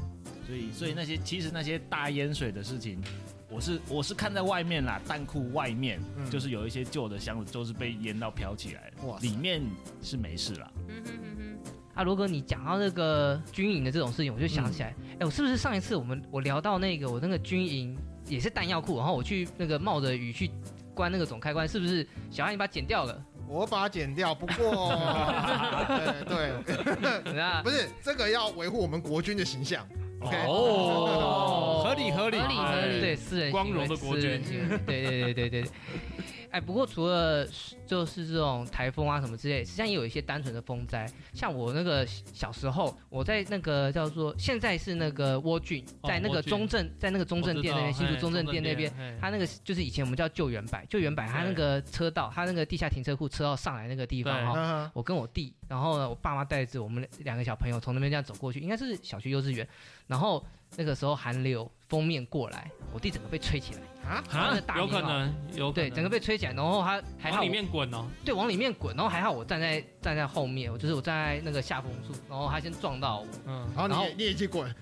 S5: 所以所以那些其实那些大淹水的事情，我是我是看在外面啦，弹库外面、
S3: 嗯
S5: 就是有一些旧的箱子都是被淹到飘起来了，
S3: 哇塞
S5: 里面是没事啦。
S1: 嗯哼哼哼。
S4: 啊，罗哥，你讲到这个军营的这种事情，我就想起来，哎、我是不是上一次我们我聊到那个我那个军营也是弹药库，然后我去那个冒着雨去关那个总开关，是不是小汉你把它剪掉了？
S3: 我把它剪掉。不过，对对，
S4: 那
S3: 不是这个要维护我们国军的形象。OK，
S2: 哦
S5: 合理合理
S1: 合理合理
S4: 对私人行为
S2: 哎光荣的国军
S4: 私人行为对对对对对 对。哎，不过除了就是这种台风啊什么之类，实际上也有一些单纯的风灾。像我那个小时候，我在那个叫做现在是那个窝郡，
S2: 哦
S4: 在那
S2: 窝
S4: 个
S2: 郡
S4: 中正，在那个中正店那边，新竹
S2: 哎
S4: 中正店那边，
S2: 边，
S4: 它那个就是以前我们叫旧原柏，旧原柏它那个车道，它那个地下停车库车道上来那个地方
S2: 对
S4: 哈、
S3: 嗯
S4: 我跟我弟，然后呢，我爸妈带着我们两个小朋友从那边这样走过去，应该是小学幼稚园。然后那个时候寒流封面过来，我弟整个被吹起来，
S3: 啊，
S4: 它
S2: 啊
S4: 是大，
S2: 有
S4: 礼帽
S2: 可能，有可
S4: 对，
S2: 能
S4: 整个被吹起来，然后他还好
S2: 往
S4: 我
S2: 里面滚哦，
S4: 对往里面滚，然后还好我站在站在后面，我就是我站在那个下风处，然后他先撞到我，
S2: 嗯，
S3: 然后
S4: 然
S3: 你
S4: 后
S3: 也你也去滚，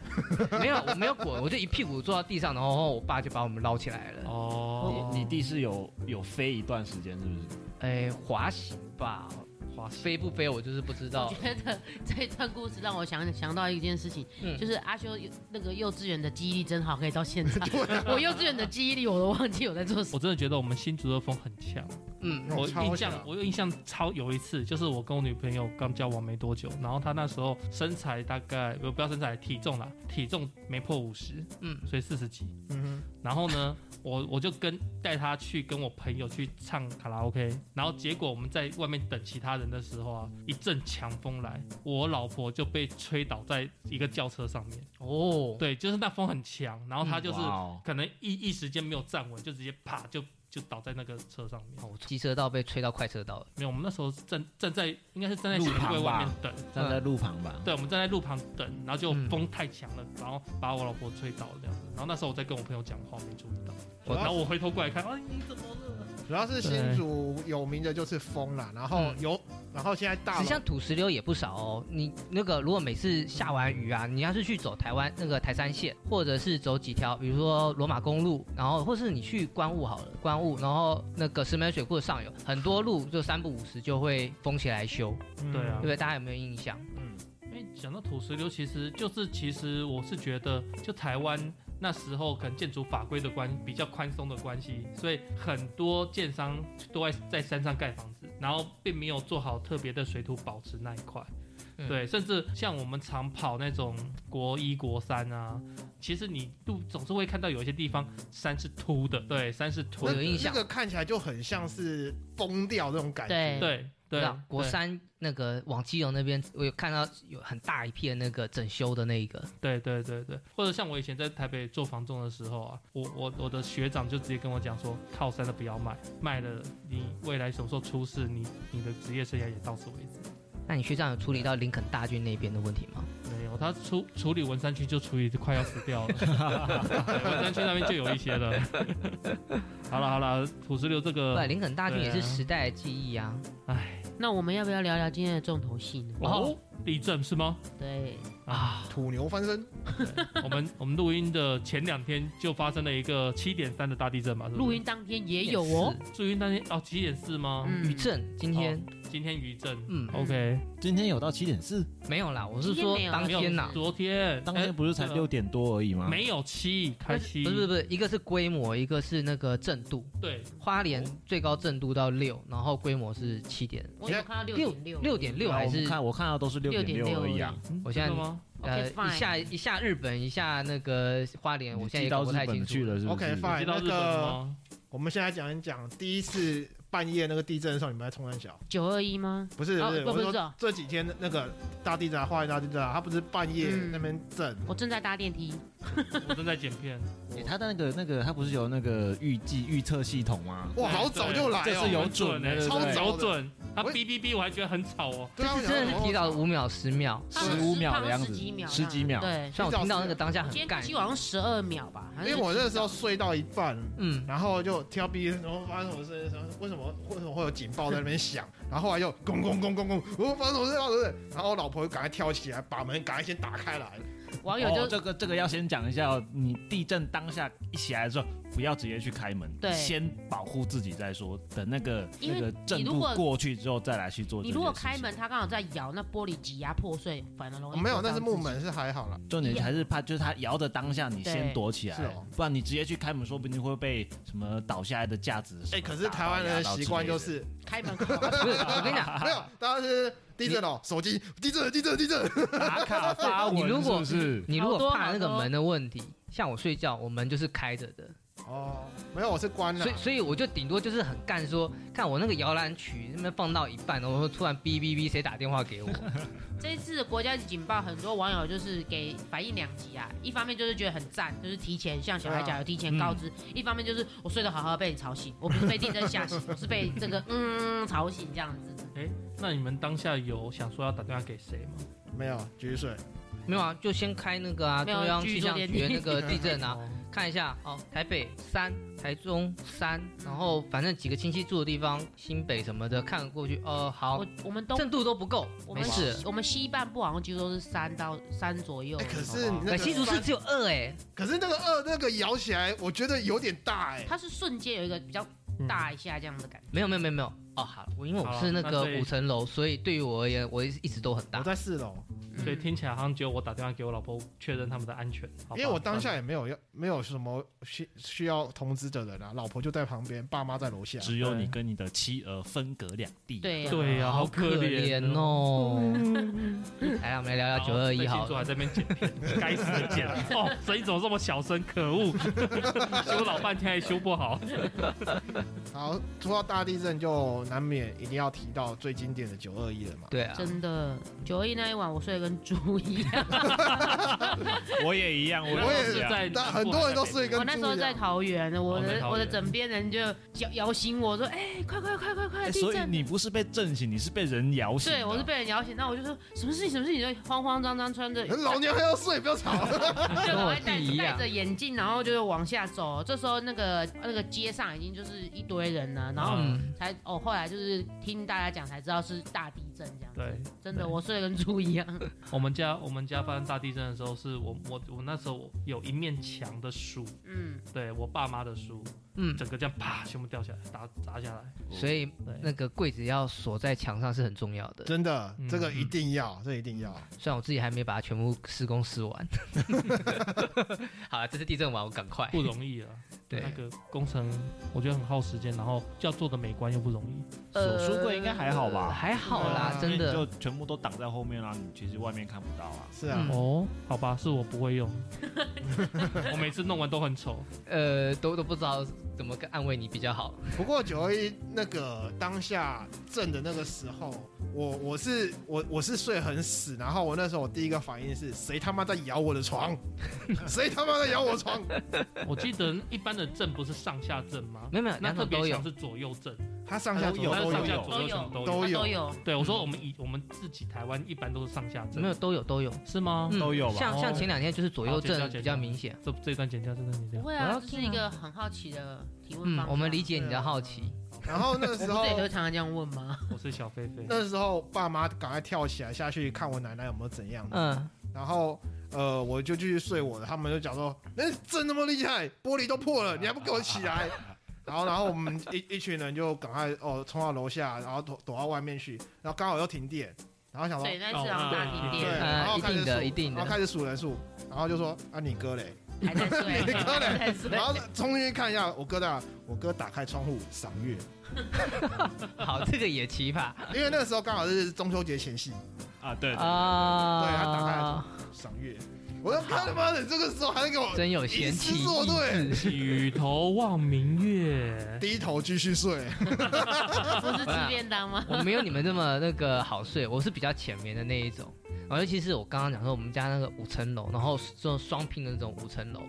S4: 没有我没有滚，我就一屁股坐到地上，然后我爸就把我们捞起来了，
S2: 哦，
S5: 你你弟是有有飞一段时间是不是？
S4: 哎，滑行吧，
S2: 滑行
S4: 飞不飞我就是不知道
S2: 哦
S1: 我。觉得 这一段故事让我想想到一件事情，
S4: 嗯
S1: 就是阿修有那个幼稚园的记忆力真好，可以到现在。
S2: 啊
S1: 我幼稚园的记忆力我都忘记我在做什么。
S2: 我真的觉得我们新竹的风很强。
S4: 嗯，
S3: 我
S2: 我
S3: 哦超
S2: 印象
S3: 想，
S2: 我有印象超有一次，就是我跟我女朋友刚交往没多久，然后她那时候身材大概不不要身材，体重啦，体重没破五十，
S4: 嗯
S2: 所以四十几。
S3: 嗯
S2: 然后呢，我我就跟带她去跟我朋友去唱卡拉 OK，然后结果我们在外面等其他人的时候啊，一阵强风来，我老婆就被吹倒在一个轿车上面。
S4: 哦，
S2: 对，就是那风很强，然后她就是
S5: 哇哦
S2: 可能一一时间没有站稳，就直接啪就就倒在那个车上面。
S4: 哦我机车道被吹到快车道了。
S2: 没有，我们那时候站站在应该是站在
S5: 路
S2: 行
S5: 旁
S2: 柜外
S5: 吧
S2: 面等，
S5: 站在路旁吧。
S2: 嗯对，我们站在路旁等，然后就
S4: 嗯
S2: 风太强了，然后把我老婆吹倒了这样子。然后那时候我在跟我朋友讲话，没注意到，
S3: 我
S2: 然后我回头过来看，啊，你怎么了？
S3: 主要是新竹有名的就是风啦，然后
S4: 嗯
S3: 有，然后现在
S4: 实
S3: 大
S4: 际
S3: 楼
S4: 上土石流也不少哦。你那个如果每次下完雨啊，你要是去走台湾那个台山线，或者是走几条，比如说罗马公路，然后或是你去关雾好了，关雾，然后那个石门水库的上游很多路就三不五时就会封起来修，
S3: 嗯
S2: 对啊
S4: 对不对？大家有没有印象？
S2: 因为讲到土石流，其实就是其实我是觉得，就台湾那时候可能建筑法规的关比较宽松的关系，所以很多建商都在在山上盖房子，然后并没有做好特别的水土保持那一块。
S4: 嗯
S2: 对，甚至像我们常跑那种国一、国三啊，其实你路总是会看到有一些地方山是凸的，对，山是凸
S4: 我
S3: 那
S4: 有
S2: 的，
S4: 印象
S3: 那个看起来就很像是崩掉那种感
S1: 对
S3: 觉。
S2: 对对
S4: 那，国
S2: 对
S4: 三那个往基隆那边，我有看到有很大一片那个整修的那一个，
S2: 对对对对，或者像我以前在台北做房仲的时候啊，我我我的学长就直接跟我讲说，靠山的不要卖，卖了你未来什么时候出事，你你的职业生涯也到此为止。
S4: 那你学长有处理到林肯大军那边的问题吗？
S2: 没有，他处处理文山区就处理得快要死掉了，对文山区那边就有一些了。好了好了，土石流这
S4: 不，
S2: 个，
S4: 林肯大军也
S2: 对
S4: 是
S2: 啊
S4: 时代的记忆啊。
S2: 哎，
S1: 那我们要不要聊聊今天的重头戏呢？
S2: 哦哦，地震是吗？
S1: 对，
S2: 啊！
S3: 土牛翻身，
S2: 我们我们录音的前两天就发生了一个七点三的大地震嘛，是不是
S1: 录音当天也有哦，
S2: 录音当天哦七点四吗？
S1: 嗯
S4: 余震今天，
S2: 今天余震
S4: 嗯，
S2: ，OK，
S5: 今天有到七点四，
S4: 没有啦，我是
S1: 今天
S4: 说
S1: 没有
S4: 当
S2: 没有
S4: 嗯天呐，
S2: 昨天
S5: 当天不是才
S2: 哎
S5: 六点多而已吗？
S2: 没有七开七，
S4: 不是不是不是，一个是规模，一个是那个震度。
S2: 对，
S4: 花莲最高震度到六，然后规模是七点
S1: 我有看到六
S4: 六
S1: 点六
S4: 六点六
S5: 对啊
S4: 还
S5: 我们
S4: 是
S5: 看我看到都是六点
S1: 6.6
S5: 六而已啊
S1: 而。
S2: 嗯
S4: 我现在
S2: 真的吗？
S4: 呃
S1: OK，fine
S4: 一下一下日本一下那个花莲，我
S5: 你
S4: 现在也
S5: 寄
S4: 搞
S5: 到
S4: 不
S5: 日
S4: 太清
S5: 本
S4: 楚
S5: 去了是不
S3: OK，
S5: 是？
S3: fine
S2: 你知道
S3: 那
S2: 日本
S3: 个
S2: 吗？
S3: 我们现在讲一讲第一次半夜那个地震的时候，你们在冲山小？
S1: 九二一吗？
S3: 不是
S1: 哦
S3: 不是，
S1: 不
S3: 我是
S1: 不是哦
S3: 说这几天那个大地震啊，花园大地震啊，它不是半夜
S1: 嗯
S3: 那边震，
S1: 我正在搭电梯，
S2: 我正在剪片，
S5: 诶他的那个那个，他不是有那个预计预测系统吗？
S3: 哇，
S2: 对
S3: 好早就来
S5: 这
S3: 哦
S5: 是有
S2: 很
S5: 准的
S2: 欸
S5: 对
S3: 不对
S2: 超准，他
S3: 我
S2: 哔哔哔，我还觉得很吵哦。
S3: 对啊
S4: 这次真的是提早五秒十秒，
S5: 15秒的样子
S1: 十几秒，
S5: 十几秒
S1: 对，
S4: 像我听到那个当下
S1: 今
S4: 很
S1: 天
S4: 干
S1: 七，好像十二秒吧，好像
S3: 因
S1: 是
S3: 为我那时候睡到一半，
S4: 嗯，
S3: 然后就听到哔，然后发生什么事？什么为什么为什么会有警报在那边响？然后后来又咣咣咣咣咣，我发生什么事？发生什么事？然后我老婆就赶快跳起来，把门赶快先打开来。
S1: 网友
S5: 哦，
S1: 就
S5: 这个这个要先讲一下、哦，你地震当下一起来的时候，不要直接去开门，
S1: 对
S5: 先保护自己再说。等那个
S1: 因为
S5: 那个震
S1: 你如
S5: 度
S1: 果
S5: 过去之后再来去做这
S1: 你
S5: 件事情。
S1: 如果开门，它刚好在摇，那玻璃挤压破碎，反而容易
S3: 没有，
S1: 灼伤
S3: 哦那是木
S1: 自己。
S3: 门，是还好啦。
S5: 重点还是怕，就是它摇的当下，你先
S1: 对
S5: 躲起来，
S3: 是哦
S5: 不然你直接去开门，说不定会被什么倒下来的架子什么
S3: 哎，可是台湾人
S5: 打到
S3: 的
S5: 压到
S3: 习惯
S5: 之类的
S3: 就是
S1: 开门 口，不
S4: 不是我 跟你讲，
S3: 没有，大家是地震哦，手机地震地震地震，
S5: 打卡发
S4: 你如
S5: 文，是
S4: 果
S5: 不是？
S4: 你如
S1: 好多
S4: 果怕
S1: 好
S4: 那个
S1: 多
S4: 门的问题，像我睡觉，我门就是开着的，
S3: 哦，没有，我是关了
S4: 所以。所以我就顶多就是很干说，看我那个摇篮曲那边放到一半，然后突然哔哔哔，谁打电话给我？
S1: 这一次国家警报，很多网友就是给反应两极啊，一方面就是觉得很赞，就是提前像小孩
S3: 对啊
S1: 讲有提前告知；一方面就是我睡得好好被你吵醒，我不是被地震吓 醒，我是被这个嗯吵醒这样子。
S2: 哎，那你们当下有想说要打电话给谁吗？
S3: 没有，继续睡。
S4: 没有啊，就先开那个啊，
S1: 没有
S4: 中央
S1: 继续
S4: 气
S1: 做
S4: 象
S1: 电
S4: 局的
S1: 梯
S4: 那个地震 啊，
S2: 哦
S4: 看一下哦，台北三，台中三，然后反正几个亲戚住的地方，新北什么的，看过去哦，好
S1: 我，我们东
S4: 震度都不够，
S1: 我
S4: 没
S1: 们
S4: 事。
S1: 西我们西半部好像几乎都是三到三左右
S3: 哎，。可是你那个
S4: 哎，新竹市
S3: 三
S4: 只有二哎，
S3: 可是那个二那个摇起来，我觉得有点大哎。
S1: 它是瞬间有一个比较大一下这样的感觉。
S4: 没有没有没有没有。哦，好，我因为
S2: 好
S4: 我
S2: 了
S4: 是那
S2: 那
S4: 个
S2: 所以
S4: 五层楼，所以对于我而言，我一一直都很
S3: 我
S4: 大。
S3: 在四楼，
S2: 所以
S1: 嗯
S2: 听起来好像只有我打电话给我老婆确认他们的安全，好吧
S3: 因为我当下也没有要没有什么需需要通知的人啊，老婆就在旁边，爸妈在楼下。
S5: 只有你跟你的妻儿分隔两地。
S1: 对啊呀
S4: 啊
S2: 对呀、好
S4: 可
S2: 怜
S4: 怜。哦。 来，哦哎我们来聊聊
S2: 好
S4: 九二一
S2: 被
S4: 好
S2: 庆祝还
S4: 了。
S2: 在那边剪片，该死的剪！哦，声音怎么这么小声？可恶， 修老半天还修不好。
S3: 好，说到大地震，就难免一定要提到最经典的九二一了嘛。
S4: 对啊，
S1: 真的，九一那一晚我睡得跟猪一样。
S5: 我也一样，
S2: 我
S3: 我也
S2: 啊是在
S3: 但很多人都睡跟
S1: 我那时
S3: 猪
S1: 候
S3: 一
S1: 在
S3: 样。
S1: 桃园，我
S2: 哦在
S1: 的、
S2: 桃园
S1: 我的枕边人就摇摇醒我说：“哎、快快快快快，
S5: 哎
S1: 地
S5: 所以
S1: 震！”
S5: 你不是被震醒，你是被人摇醒的。
S1: 对，我是被人摇醒，那我就说什么事情什么事情，就慌慌张张穿着
S3: 老娘还要睡，不要吵。
S1: 就
S4: 跟我
S1: 还戴
S4: 弟一样
S1: 戴着眼镜，然后就是往下走。这时候那个那个街上已经就是一堆人了，然后
S4: 嗯，
S1: 才、哦，后来就是听大家讲才知道是大地震这样子。
S2: 对，
S1: 真的
S2: 对
S1: 我睡得跟猪一样。
S2: 我们家我们家发生大地震的时候，是我我我那时候有一面墙的书，
S1: 嗯，
S2: 对我爸妈的书，
S4: 嗯，
S2: 整个这样啪全部掉下来，砸砸下来。
S4: 所以那
S2: 对，
S4: 个柜子要锁在墙上是很重要 的。
S3: 真的，
S2: 嗯
S3: 这个一定要，这一定要。
S4: 虽然我自己还没把它全部施工施完。 好了，这次地震完我赶快。
S2: 不容易啊。
S4: 哎 对
S2: 那个工程我觉得很耗时间，然后要做的美观又不容易。
S5: 手书柜应该还好吧？
S4: 呃还好啦，
S3: 嗯
S4: 真
S5: 因为
S4: 的
S5: 啊你。就全部都挡在后面啦，你其实外面看不到啊。
S3: 是啊
S4: 嗯，
S2: 哦，好吧，是我不会用， 我每次弄完都很丑。
S4: 呃，都都不知道怎么个安慰你比较好。
S3: 不过九二一那个当下震的那个时候，我我是我我是睡很死，然后我那时候我第一个反应是谁他妈在咬我的 床，谁他妈在咬我床？
S2: 我记得一般的震不是上下震吗？
S4: 没有没有，
S2: 那
S4: 两
S2: 特
S4: 种都
S2: 别
S4: 有
S2: 强。是左右震，
S3: 他上下左右
S5: 哎
S2: 那
S3: 都
S5: 我
S2: 上下
S3: 有，
S2: 左右强
S1: 都啊
S2: 有。
S3: 有
S1: 都有，
S2: 对，我说我们以我们自己台湾一般都是上下震，
S4: 没有都有都有，
S2: 是吗？
S4: 嗯
S5: 都有吧
S4: 像像
S2: 哦
S4: 前两天就是左右
S2: 好剪掉
S4: 震
S2: 剪
S4: 比较
S2: 掉
S4: 明显。
S2: 这这一段剪掉，这段剪
S1: 不
S2: 掉。
S1: 会
S4: 我
S1: 啊，
S4: 要
S1: 这
S4: 听
S1: 是一个很好奇的提问方
S4: 嗯
S1: 向。，
S4: 我们理解你
S3: 对啊
S4: 的好奇。
S3: 然后那
S1: 我
S3: 时
S1: 不
S3: 候
S1: 是也会常常这样问吗？
S2: 我是小飞飞，
S3: 那时候爸妈赶快跳起来下去看我奶奶有没有怎样，
S4: 嗯，
S3: 然后呃，我就继续睡我的，他们就讲说，那、震那么厉害，玻璃都破了，你还不给我起 来？然后，然后我们一一群人就赶快哦冲到楼下，然后躲躲到外面去，然后刚好又停电，然后想说
S1: 对，那次好像大啊停
S2: 对
S3: 对，
S1: 电，
S3: 然后
S4: 呃
S3: 开始
S4: 一定的
S3: 数
S4: 一定的
S3: 然后开始数人数，然后就说啊你哥嘞，
S1: 还在 睡，啊
S3: 你哥
S1: 还在
S3: 嘞，
S1: 睡
S3: 然。后终于看一下我哥的，我哥打开窗户赏月，
S4: 好，这个也奇葩
S3: 因为那个时候刚好是中秋节前夕
S5: 啊，对，
S4: 啊！
S3: 对他打开了赏月，我说看他妈的这个时候还在给我
S4: 真有
S3: 吟
S4: 闲
S3: 诗
S4: 情
S3: 作
S4: 逸
S3: 对，
S4: 致。
S2: 举头望明月，
S3: 低头继续睡，
S1: 不是吃便当吗？
S4: 我没有你们那么那个好睡，我是比较浅眠的那一种。然后尤其是我刚刚讲说我们家那个五层楼，然后这种双拼的那种五层楼，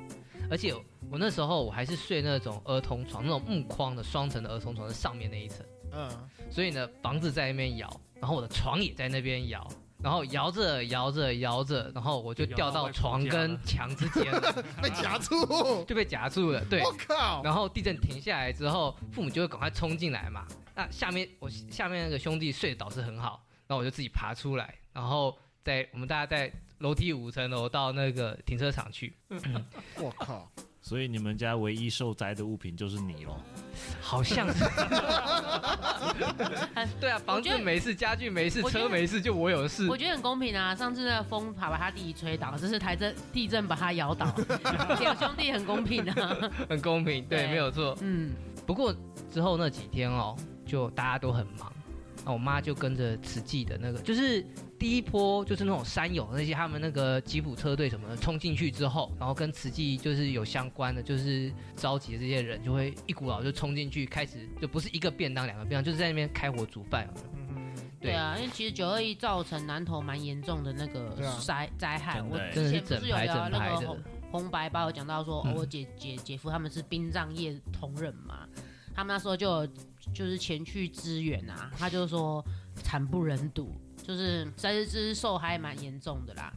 S4: 而且我那时候我还是睡那种儿童床，那种木框的双层的儿童床的上面那一层，
S3: 嗯，
S4: 所以呢房子在那边摇，然后我的床也在那边摇。然后摇着摇着摇着，然后我就掉到床跟墙之间了，
S3: 被夹住，我
S4: 就被夹住了。对，
S3: 靠，
S4: 然后地震停下来之后，父母就会赶快冲进来嘛。那下面我下面那个兄弟睡得倒是很好，然后我就自己爬出来，然后在我们大家在楼梯五层楼到那个停车场去，
S3: 我靠，
S5: 所以你们家唯一受灾的物品就是你咯。
S4: 好像 是。 对啊，房
S1: 我觉
S4: 子
S1: 得
S4: 没事，家具没事，
S1: 我觉得
S4: 车没事，就我有事
S1: 我。觉得很公平啊！上次那个风把把他弟弟吹倒，这次台震地震把他摇倒， 两兄弟很公平啊。
S4: 很公平，对，
S1: 对
S4: 没有错。
S1: 嗯，
S4: 不过之后那几天哦，就大家都很忙。那我妈就跟着慈济的那个，就是第一波，就是那种山友那些他们那个吉普车队什么的冲进去之后，然后跟慈济就是有相关的，就是召集的这些人就会一股脑就冲进去，开始就不是一个便当两个便当，就是在那边开火煮饭。啊
S3: 嗯，
S1: 对啊，因为其实九二一造成南投蛮严重的那个
S3: 对啊
S1: 灾灾害，
S5: 真
S1: 我
S5: 的欸
S4: 真的
S1: 之
S4: 是
S1: 前不
S4: 整
S1: 是有
S4: 排
S1: 聊
S4: 整排
S1: 那
S4: 的
S1: 个红红白包有讲到说，哦
S4: 嗯
S1: 我姐姐姐夫他们是殡葬业同仁嘛，他们那时候就有就是前去支援啊，他就说惨不忍睹，就是在这之受还蛮严重的啦。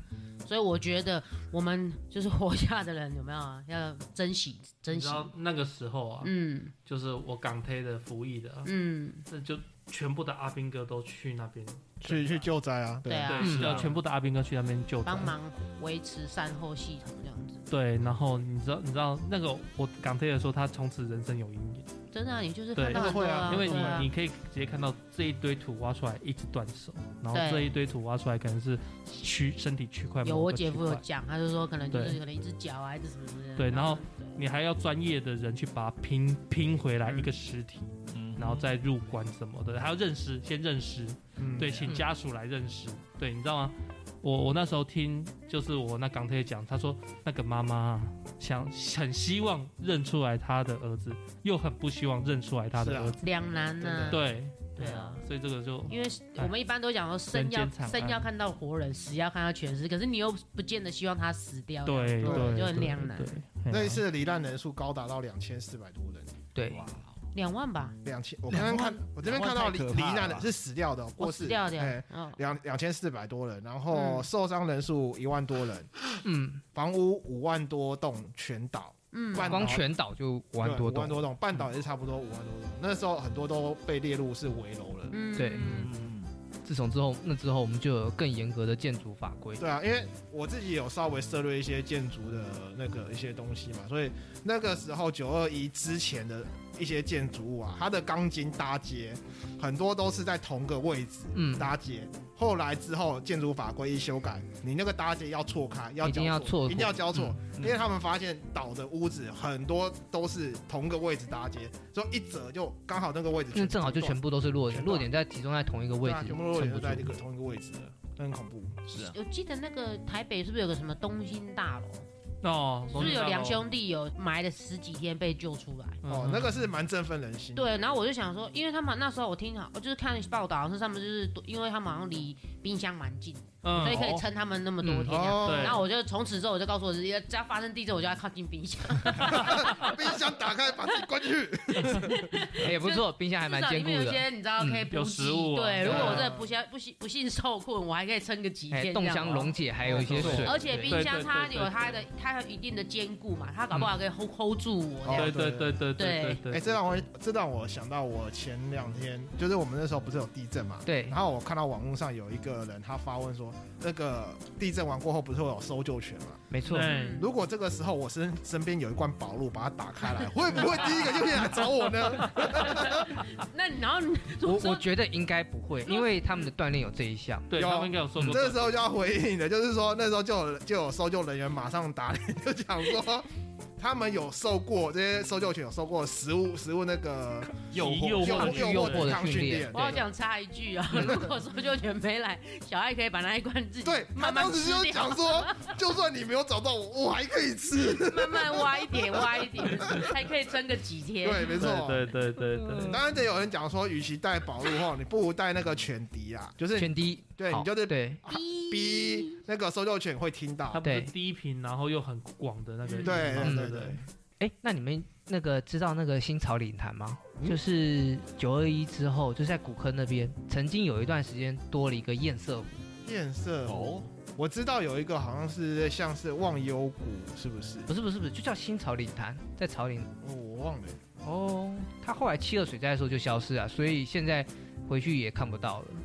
S1: 所以我觉得我们就是活下的人有没有啊？要珍惜珍
S2: 你
S1: 惜
S2: 知，道那个时候啊，
S1: 嗯
S2: 就是我港推的服役的啊，
S1: 嗯，
S2: 那就全部的阿兵哥都去那边，
S3: 去去救灾啊，
S1: 对啊
S2: 对，是啊，全部的阿兵哥去那边救灾
S1: 帮忙维持善后系统这样子。
S2: 对，然后你知道，你知道那个我港推的时候，他从此人生有阴影，
S1: 真的啊、你就是
S2: 对
S1: 看到很多啊
S2: 因为你、
S1: 对啊
S2: 你可以直接看到这一堆土挖出来一直断手，然后
S1: 对
S2: 这一堆土挖出来可能是区身体区块，
S1: 有我姐夫有。讲，他就说可能就是
S2: 对
S1: 可能一只脚啊，一只什么什么的。
S2: 对然后你还要专业的人去把它拼拼回来
S1: 嗯
S2: 一个尸体，
S5: 嗯，
S2: 然后再入关什么的，还要认尸，先认尸，
S3: 嗯，
S2: 对，请家属来认尸。对，你知道吗？我我那时候听就是我那港铁讲，他说那个妈妈啊想很希望认出来她的儿子，又很不希望认出来他的
S3: 是啊
S2: 儿子。
S1: 两难呢、
S3: 真的
S2: 对
S1: 对啊，
S2: 所以这个就
S1: 因为我们一般都讲说生
S2: 人
S1: 要
S2: 间惨案
S1: 生要看到活人，死要看到全尸，可是你又不见得希望他死掉。对
S2: 对对，
S1: 就很
S2: 对
S1: 两难
S2: 对，嘿啊
S3: 那一次的罹难人数高达到两千四百多人，
S4: 对，
S5: 哇，
S1: 两万吧，
S3: 两千，我刚刚看，我这边看到罹
S5: 两万太可
S3: 罹
S5: 怕了
S3: 难
S5: 吧
S3: 的是死掉的哦，
S1: 我
S3: 过世
S1: 死掉的
S3: 哎。
S1: 嗯，
S3: 两两千四百多人，然后
S1: 嗯
S3: 受伤人数一万多人，
S4: 嗯，
S3: 房屋五万多栋全倒，
S1: 嗯，
S3: 半
S4: 光
S3: 岛
S4: 全岛就五万
S3: 对五
S4: 多栋
S3: 万。多栋，半岛也是差不多五万多栋。那时候很多都被列入是危楼了。
S1: 嗯
S4: 对
S1: 嗯
S5: 嗯，
S4: 自从之后，那之后我们就有更严格的建筑法规。
S3: 对啊，因为我自己有稍微涉略一些建筑的那个一些东西嘛，所以那个时候九二一之前的一些建筑物啊，它的钢筋搭接很多都是在同个位置
S4: 嗯，
S3: 搭接。后来之后建筑法规一修改，你那个搭接要错开，要
S4: 一定
S3: 交
S4: 要错
S3: 错，一定要交错。
S4: 嗯
S3: 因为他们发现倒的屋子很多都是同个位置搭接，所以一折就刚好那个位置
S4: 那正好就全
S3: 部
S4: 部都是落点，
S3: 全部
S4: 落点在集中在同一个
S3: 对
S4: 位置嗯
S3: 啊，，全部落
S4: 撑
S3: 点
S4: 不
S3: 就
S4: 住
S3: 在这个同一个位置了，那很恐怖。
S5: 是啊，
S1: 我记得那个台北是不是有个什么东兴大楼？
S2: 哦，
S1: 是不是有两
S2: 梁
S1: 兄弟有埋了十几天被救出来？
S4: 嗯
S3: 哦，那个是蛮振奋人心的。
S1: 对，然后我就想说，因为他们那时候我听好，我就是看报道，好像是他们就是因为他们好像离冰箱蛮近，
S2: 嗯
S1: 所以可以撑他们那么多天这样。
S3: 哦
S2: 对
S1: 然后我就从此之后我就告诉我自己，只要发生地震，我就要靠近冰箱，
S3: 冰箱打开，把自己关进去。
S4: 哎也不错，冰箱还
S1: 至
S4: 蛮
S1: 少
S4: 坚
S1: 里
S4: 固
S1: 面有一
S4: 的。
S1: 些你知道可以
S2: 嗯
S1: 补给。
S2: 有食物啊
S1: 对，
S2: 对
S1: 如果我
S3: 啊
S1: 真的不幸不幸不幸受困，我还可以撑个几天这
S4: 哎，
S1: 样。啊
S4: 冻箱溶解还有一些
S3: 哦
S4: 水，
S1: 而且
S2: 对
S1: 冰箱
S2: 对对
S1: 它
S2: 对
S1: 有
S2: 对嗯
S1: 它的它有一定的坚固嘛，它搞不好可以 hold hold 住我这样。
S2: 哦对对对对对对
S3: 哎、这让我这让我想到我前两天，就是我们那时候不是有地震嘛，
S4: 对
S3: 然后我看到网络上有一个人他发问说，说，那个地震完过后不是会有搜救权吗？
S4: 没错，
S2: 对，
S1: 嗯
S3: 如果这个时候我身身边有一罐宝路，把它打开来，会不会第一个就会来找我呢？
S1: 那你然后你
S4: 我我觉得应该不会，因为他们的锻炼有这一项。
S2: 对
S3: 有
S2: 他们应该有说过
S3: 这，个时候就要回应的，就是说那时候就有就有搜救人员马上打脸，就讲说他们有受过这些搜救犬有受过食物食物那个
S2: 诱惑
S3: 诱
S2: 诱
S3: 惑
S2: 惑
S3: 诱惑抵抗训
S4: 对
S3: 练。
S1: 我好想插一句啊，
S2: 嗯
S1: 如果搜救犬没来，小爱可以把那一罐自己
S3: 对他
S1: 慢慢
S3: 当
S1: 吃
S3: 时就
S1: 掉
S3: 讲，说，就算你没有找到我，我还可以吃。
S1: 慢慢挖一点，挖一点，还可以撑个几天。
S3: 对，没错。嗯
S2: 对对对对
S3: 当然，这有人讲说，与其带宝路后，你不如带那个犬笛啊，就是
S4: 选低，
S3: 对
S4: 好
S3: 你就是
S4: 对
S1: 嗯
S3: 逼那个搜救犬会听到
S2: 它。不
S4: 对
S2: 是低频，然后又很广的那个地
S3: 对
S2: 方，
S3: 对
S4: 嗯
S3: 对对，
S4: 哎，那你们那个知道那个新草岭潭吗？
S3: 嗯
S4: 就是九二一之后，就是在古坑那边，曾经有一段时间多了一个堰塞湖，
S3: 变色
S5: 哦
S3: 哦，我知道有一个好像是像是忘忧谷，是不是？
S4: 不是不是不是，就叫新草岭潭，在草岭。
S3: 哦我忘了。
S4: 哦，它后来七二水灾的时候就消失了，所以现在回去也看不到了。
S3: 嗯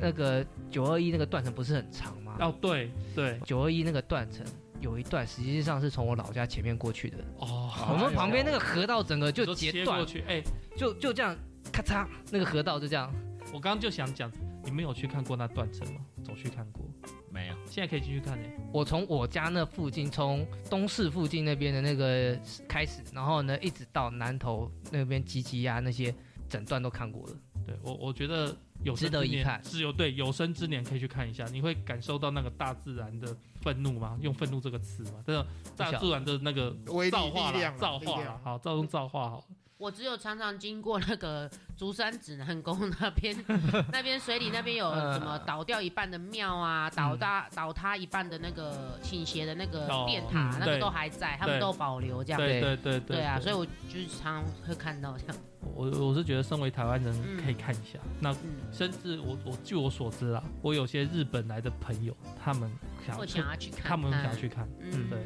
S4: 那个九二一那个断层不是很长吗？
S2: 哦，对对
S4: 九二一那个断层有一段实际上是从我老家前面过去的，
S2: 哦，
S4: 我们旁边那个河道整个
S2: 你
S4: 就
S2: 说切
S4: 截
S2: 过
S4: 断，
S2: 去。哎，
S4: 就就这样咔嚓，那个河道就这样。
S2: 我刚刚就想讲，你们有去看过那断层吗？走去看过，
S5: 没有，
S2: 现在可以进去看哎。
S4: 我从我家那附近，从东市附近那边的那个开始，然后呢一直到南头那边吉吉呀那些，整段都看过了。
S2: 对我，我觉得有
S4: 值
S2: 生
S4: 得
S2: 之
S4: 一
S2: 年
S4: 看
S2: 是有对有生之年可以去看一下，你会感受到那个大自然的愤怒吗？用愤怒这个词吗？真的，大自然的那个
S3: 威力
S2: 造化
S3: 力
S2: 啦
S3: 量，啊，
S2: 造
S3: 力
S2: 化啦
S3: 量，
S2: 好，造用造化好了。
S1: 我只有常常经过那个竹山指南宫那 边，那边水里那边有什
S2: 嗯
S1: 么倒掉一半的庙啊，倒塌倒塌一半的那个倾斜的那个
S2: 哦
S1: 电塔，
S2: 嗯
S1: 那个
S2: 对
S1: 都还在，他们
S2: 对
S1: 都保留这样。
S4: 对
S2: 对对对对
S1: 对啊，所以我就是常常会看到这样。
S2: 我我是觉得身为台湾人
S1: 嗯
S2: 可以看一下。那
S1: 嗯，
S2: 甚至我我据我所知啦，啊我有些日本来的朋友，他们想
S1: 我
S2: 去
S1: 想，要去看看。
S2: 他们想去看，
S1: 嗯，
S2: 对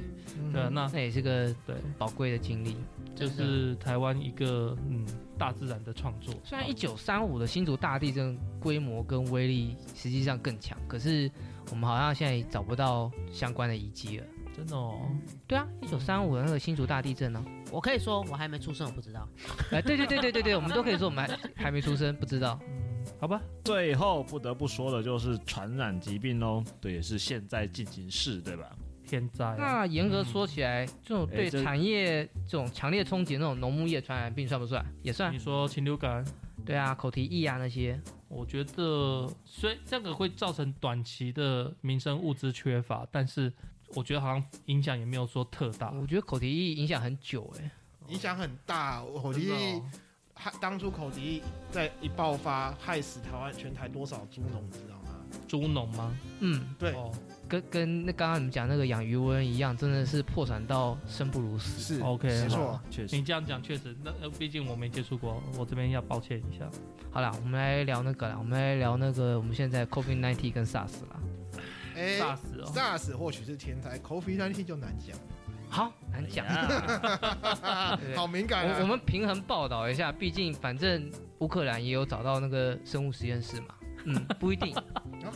S1: 对，
S2: 对啊那
S4: 那也是个
S2: 对，
S4: 宝贵的经历。
S2: 就
S1: 真的
S2: 是台湾一个嗯大自然的创作。
S4: 虽然一九三五的新竹大地震规模跟威力实际上更强，可是我们好像现在也找不到相关的遗迹了。
S2: 真的哦，
S4: 对啊，一九三五的那个新竹大地震啊呢、
S1: 我可以说我还没出生，我不知道。
S4: 哎，对对对对对对，我们都可以说我们还还没出生，不知道。
S2: 嗯，好吧，
S5: 最后不得不说的就是传染疾病喽，对，也是现在进行式，对吧？
S2: 天灾啊、
S4: 那严格说起来，这种对
S5: 哎这
S4: 产业这种强烈冲击，那种农牧业传染病算不算？也算
S2: 你。说禽流感，
S4: 对啊，口蹄疫啊那些，
S2: 我觉得虽这个会造成短期的民生物资缺乏，但是我觉得好像影响也没有说特
S5: 啊
S2: 大。
S4: 我觉得口蹄疫影响很久哎、
S3: 影响很大。哦我
S2: 我
S3: 记得
S2: 哦
S3: 害当初口蹄疫在一爆发，害死台湾全台多少猪农，你知道吗？
S2: 猪农吗？
S4: 嗯，
S3: 对，
S2: 哦
S4: 跟跟那刚刚你们讲那个养鱼瘟一样，真的是破产到生不如死。
S3: 是
S2: ，OK，
S3: 没
S2: 好
S3: 错。
S5: 确实
S2: 你这样讲确实，那呃毕竟我没接触过，我这边要抱歉一下。
S4: 好啦，我们来聊那个啦，我们来聊那个我们现在 COVID 1 9跟 SARS 啦。
S3: 哎
S2: SARS 哦，
S3: ，SARS 或许是天灾，COVID 19就难讲，
S4: 好难讲，
S5: 哎呀
S4: 对不对
S3: 好敏感
S4: 我我
S3: 啊。
S4: 们平衡报道一下，毕竟反正乌克兰也有找到那个生物实验室嘛。 嗯，不一定，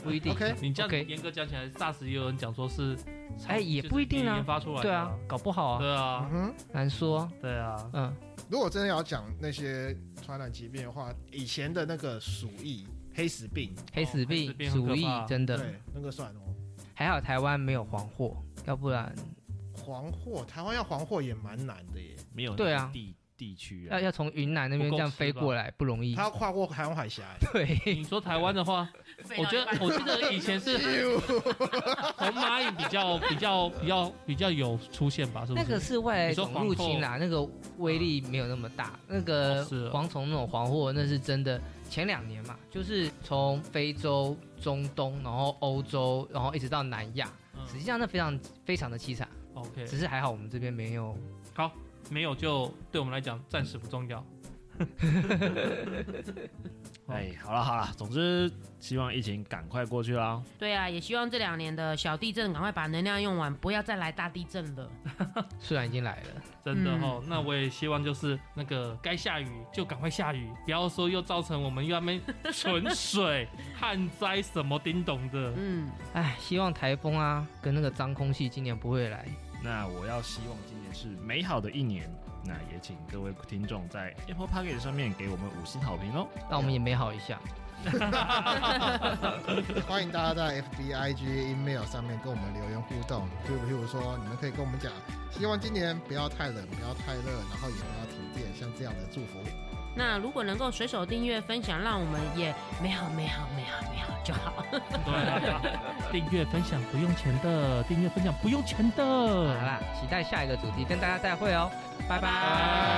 S4: 不一定。
S3: 哦 OK，
S2: 你这
S4: OK
S2: 样严格讲起来，SARS 也有人讲说是，
S4: 哎也不一定啊
S2: 研发出来的
S4: 对啊，搞不好啊，
S2: 对
S3: 嗯
S2: 啊，
S3: 哼，
S4: 难说啊。
S2: 对啊，
S4: 嗯，
S3: 如果真的要讲那些传染疾病的话，以前的那个鼠疫、黑死病，
S4: 黑死
S2: 哦黑死
S4: 病
S2: 病、很
S4: 鼠
S2: 可
S4: 疫
S2: 怕，啊
S4: 真的
S3: 对，那个算哦。
S4: 还好台湾没有黄祸，要不然
S3: 黄祸，台湾要黄祸也蛮难的耶，
S5: 没有
S4: 对啊
S5: 地地区啊
S4: 要，要从云南那边这样飞过来不容易
S3: 他。要跨过台湾海峡欸 耶。
S4: 对，
S2: 你说台湾的话，我觉得我记得以前是 红蚂蚁比较比较比较比较有出现吧，是不
S4: 那
S2: 是？
S4: 个是外来
S2: 你说嗯
S4: 种入侵啦，那个威力没有那么大。那个
S2: 哦是哦
S4: 蝗虫那种黄祸，那是真的。前两年嘛，就是从非洲、中东，然后欧洲，然后一直到南亚，
S2: 嗯
S4: 实际上那非常非常的凄惨。
S2: OK，
S4: 只是还好我们这边没有。
S2: 没有就对我们来讲暂时不重要。
S5: 哎，好了好了，总之希望疫情赶快过去啦。
S1: 对啊，也希望这两年的小地震赶快把能量用完，不要再来大地震了。
S4: 虽然已经来了，嗯
S2: 真的哦，那我也希望就是那个该下雨就赶快下雨，不要说又造成我们又 要没存水、旱灾什么叮咚 的。
S1: 嗯，
S4: 哎，希望台风啊跟那个脏空气今年不会来。
S5: 那我要希望今年是美好的一年。那也请各位听众在 Apple p o c k e t 上面给我们五星好评哦。
S4: 让我们也美好一下。
S3: 欢迎大家在 FB、IG、Email 上面跟我们留言互动，就譬如说，你们可以跟我们讲，希望今年不要太冷，不要太热，然后也不要停电，像这样的祝福。
S1: 那如果能够随手订阅分享，让我们也美好美好美好美好就好。
S2: 对啊，订阅分享不用钱的，订阅分享不用钱的。
S4: 好啦，期待下一个主题跟大家再会哦，拜拜。
S1: 拜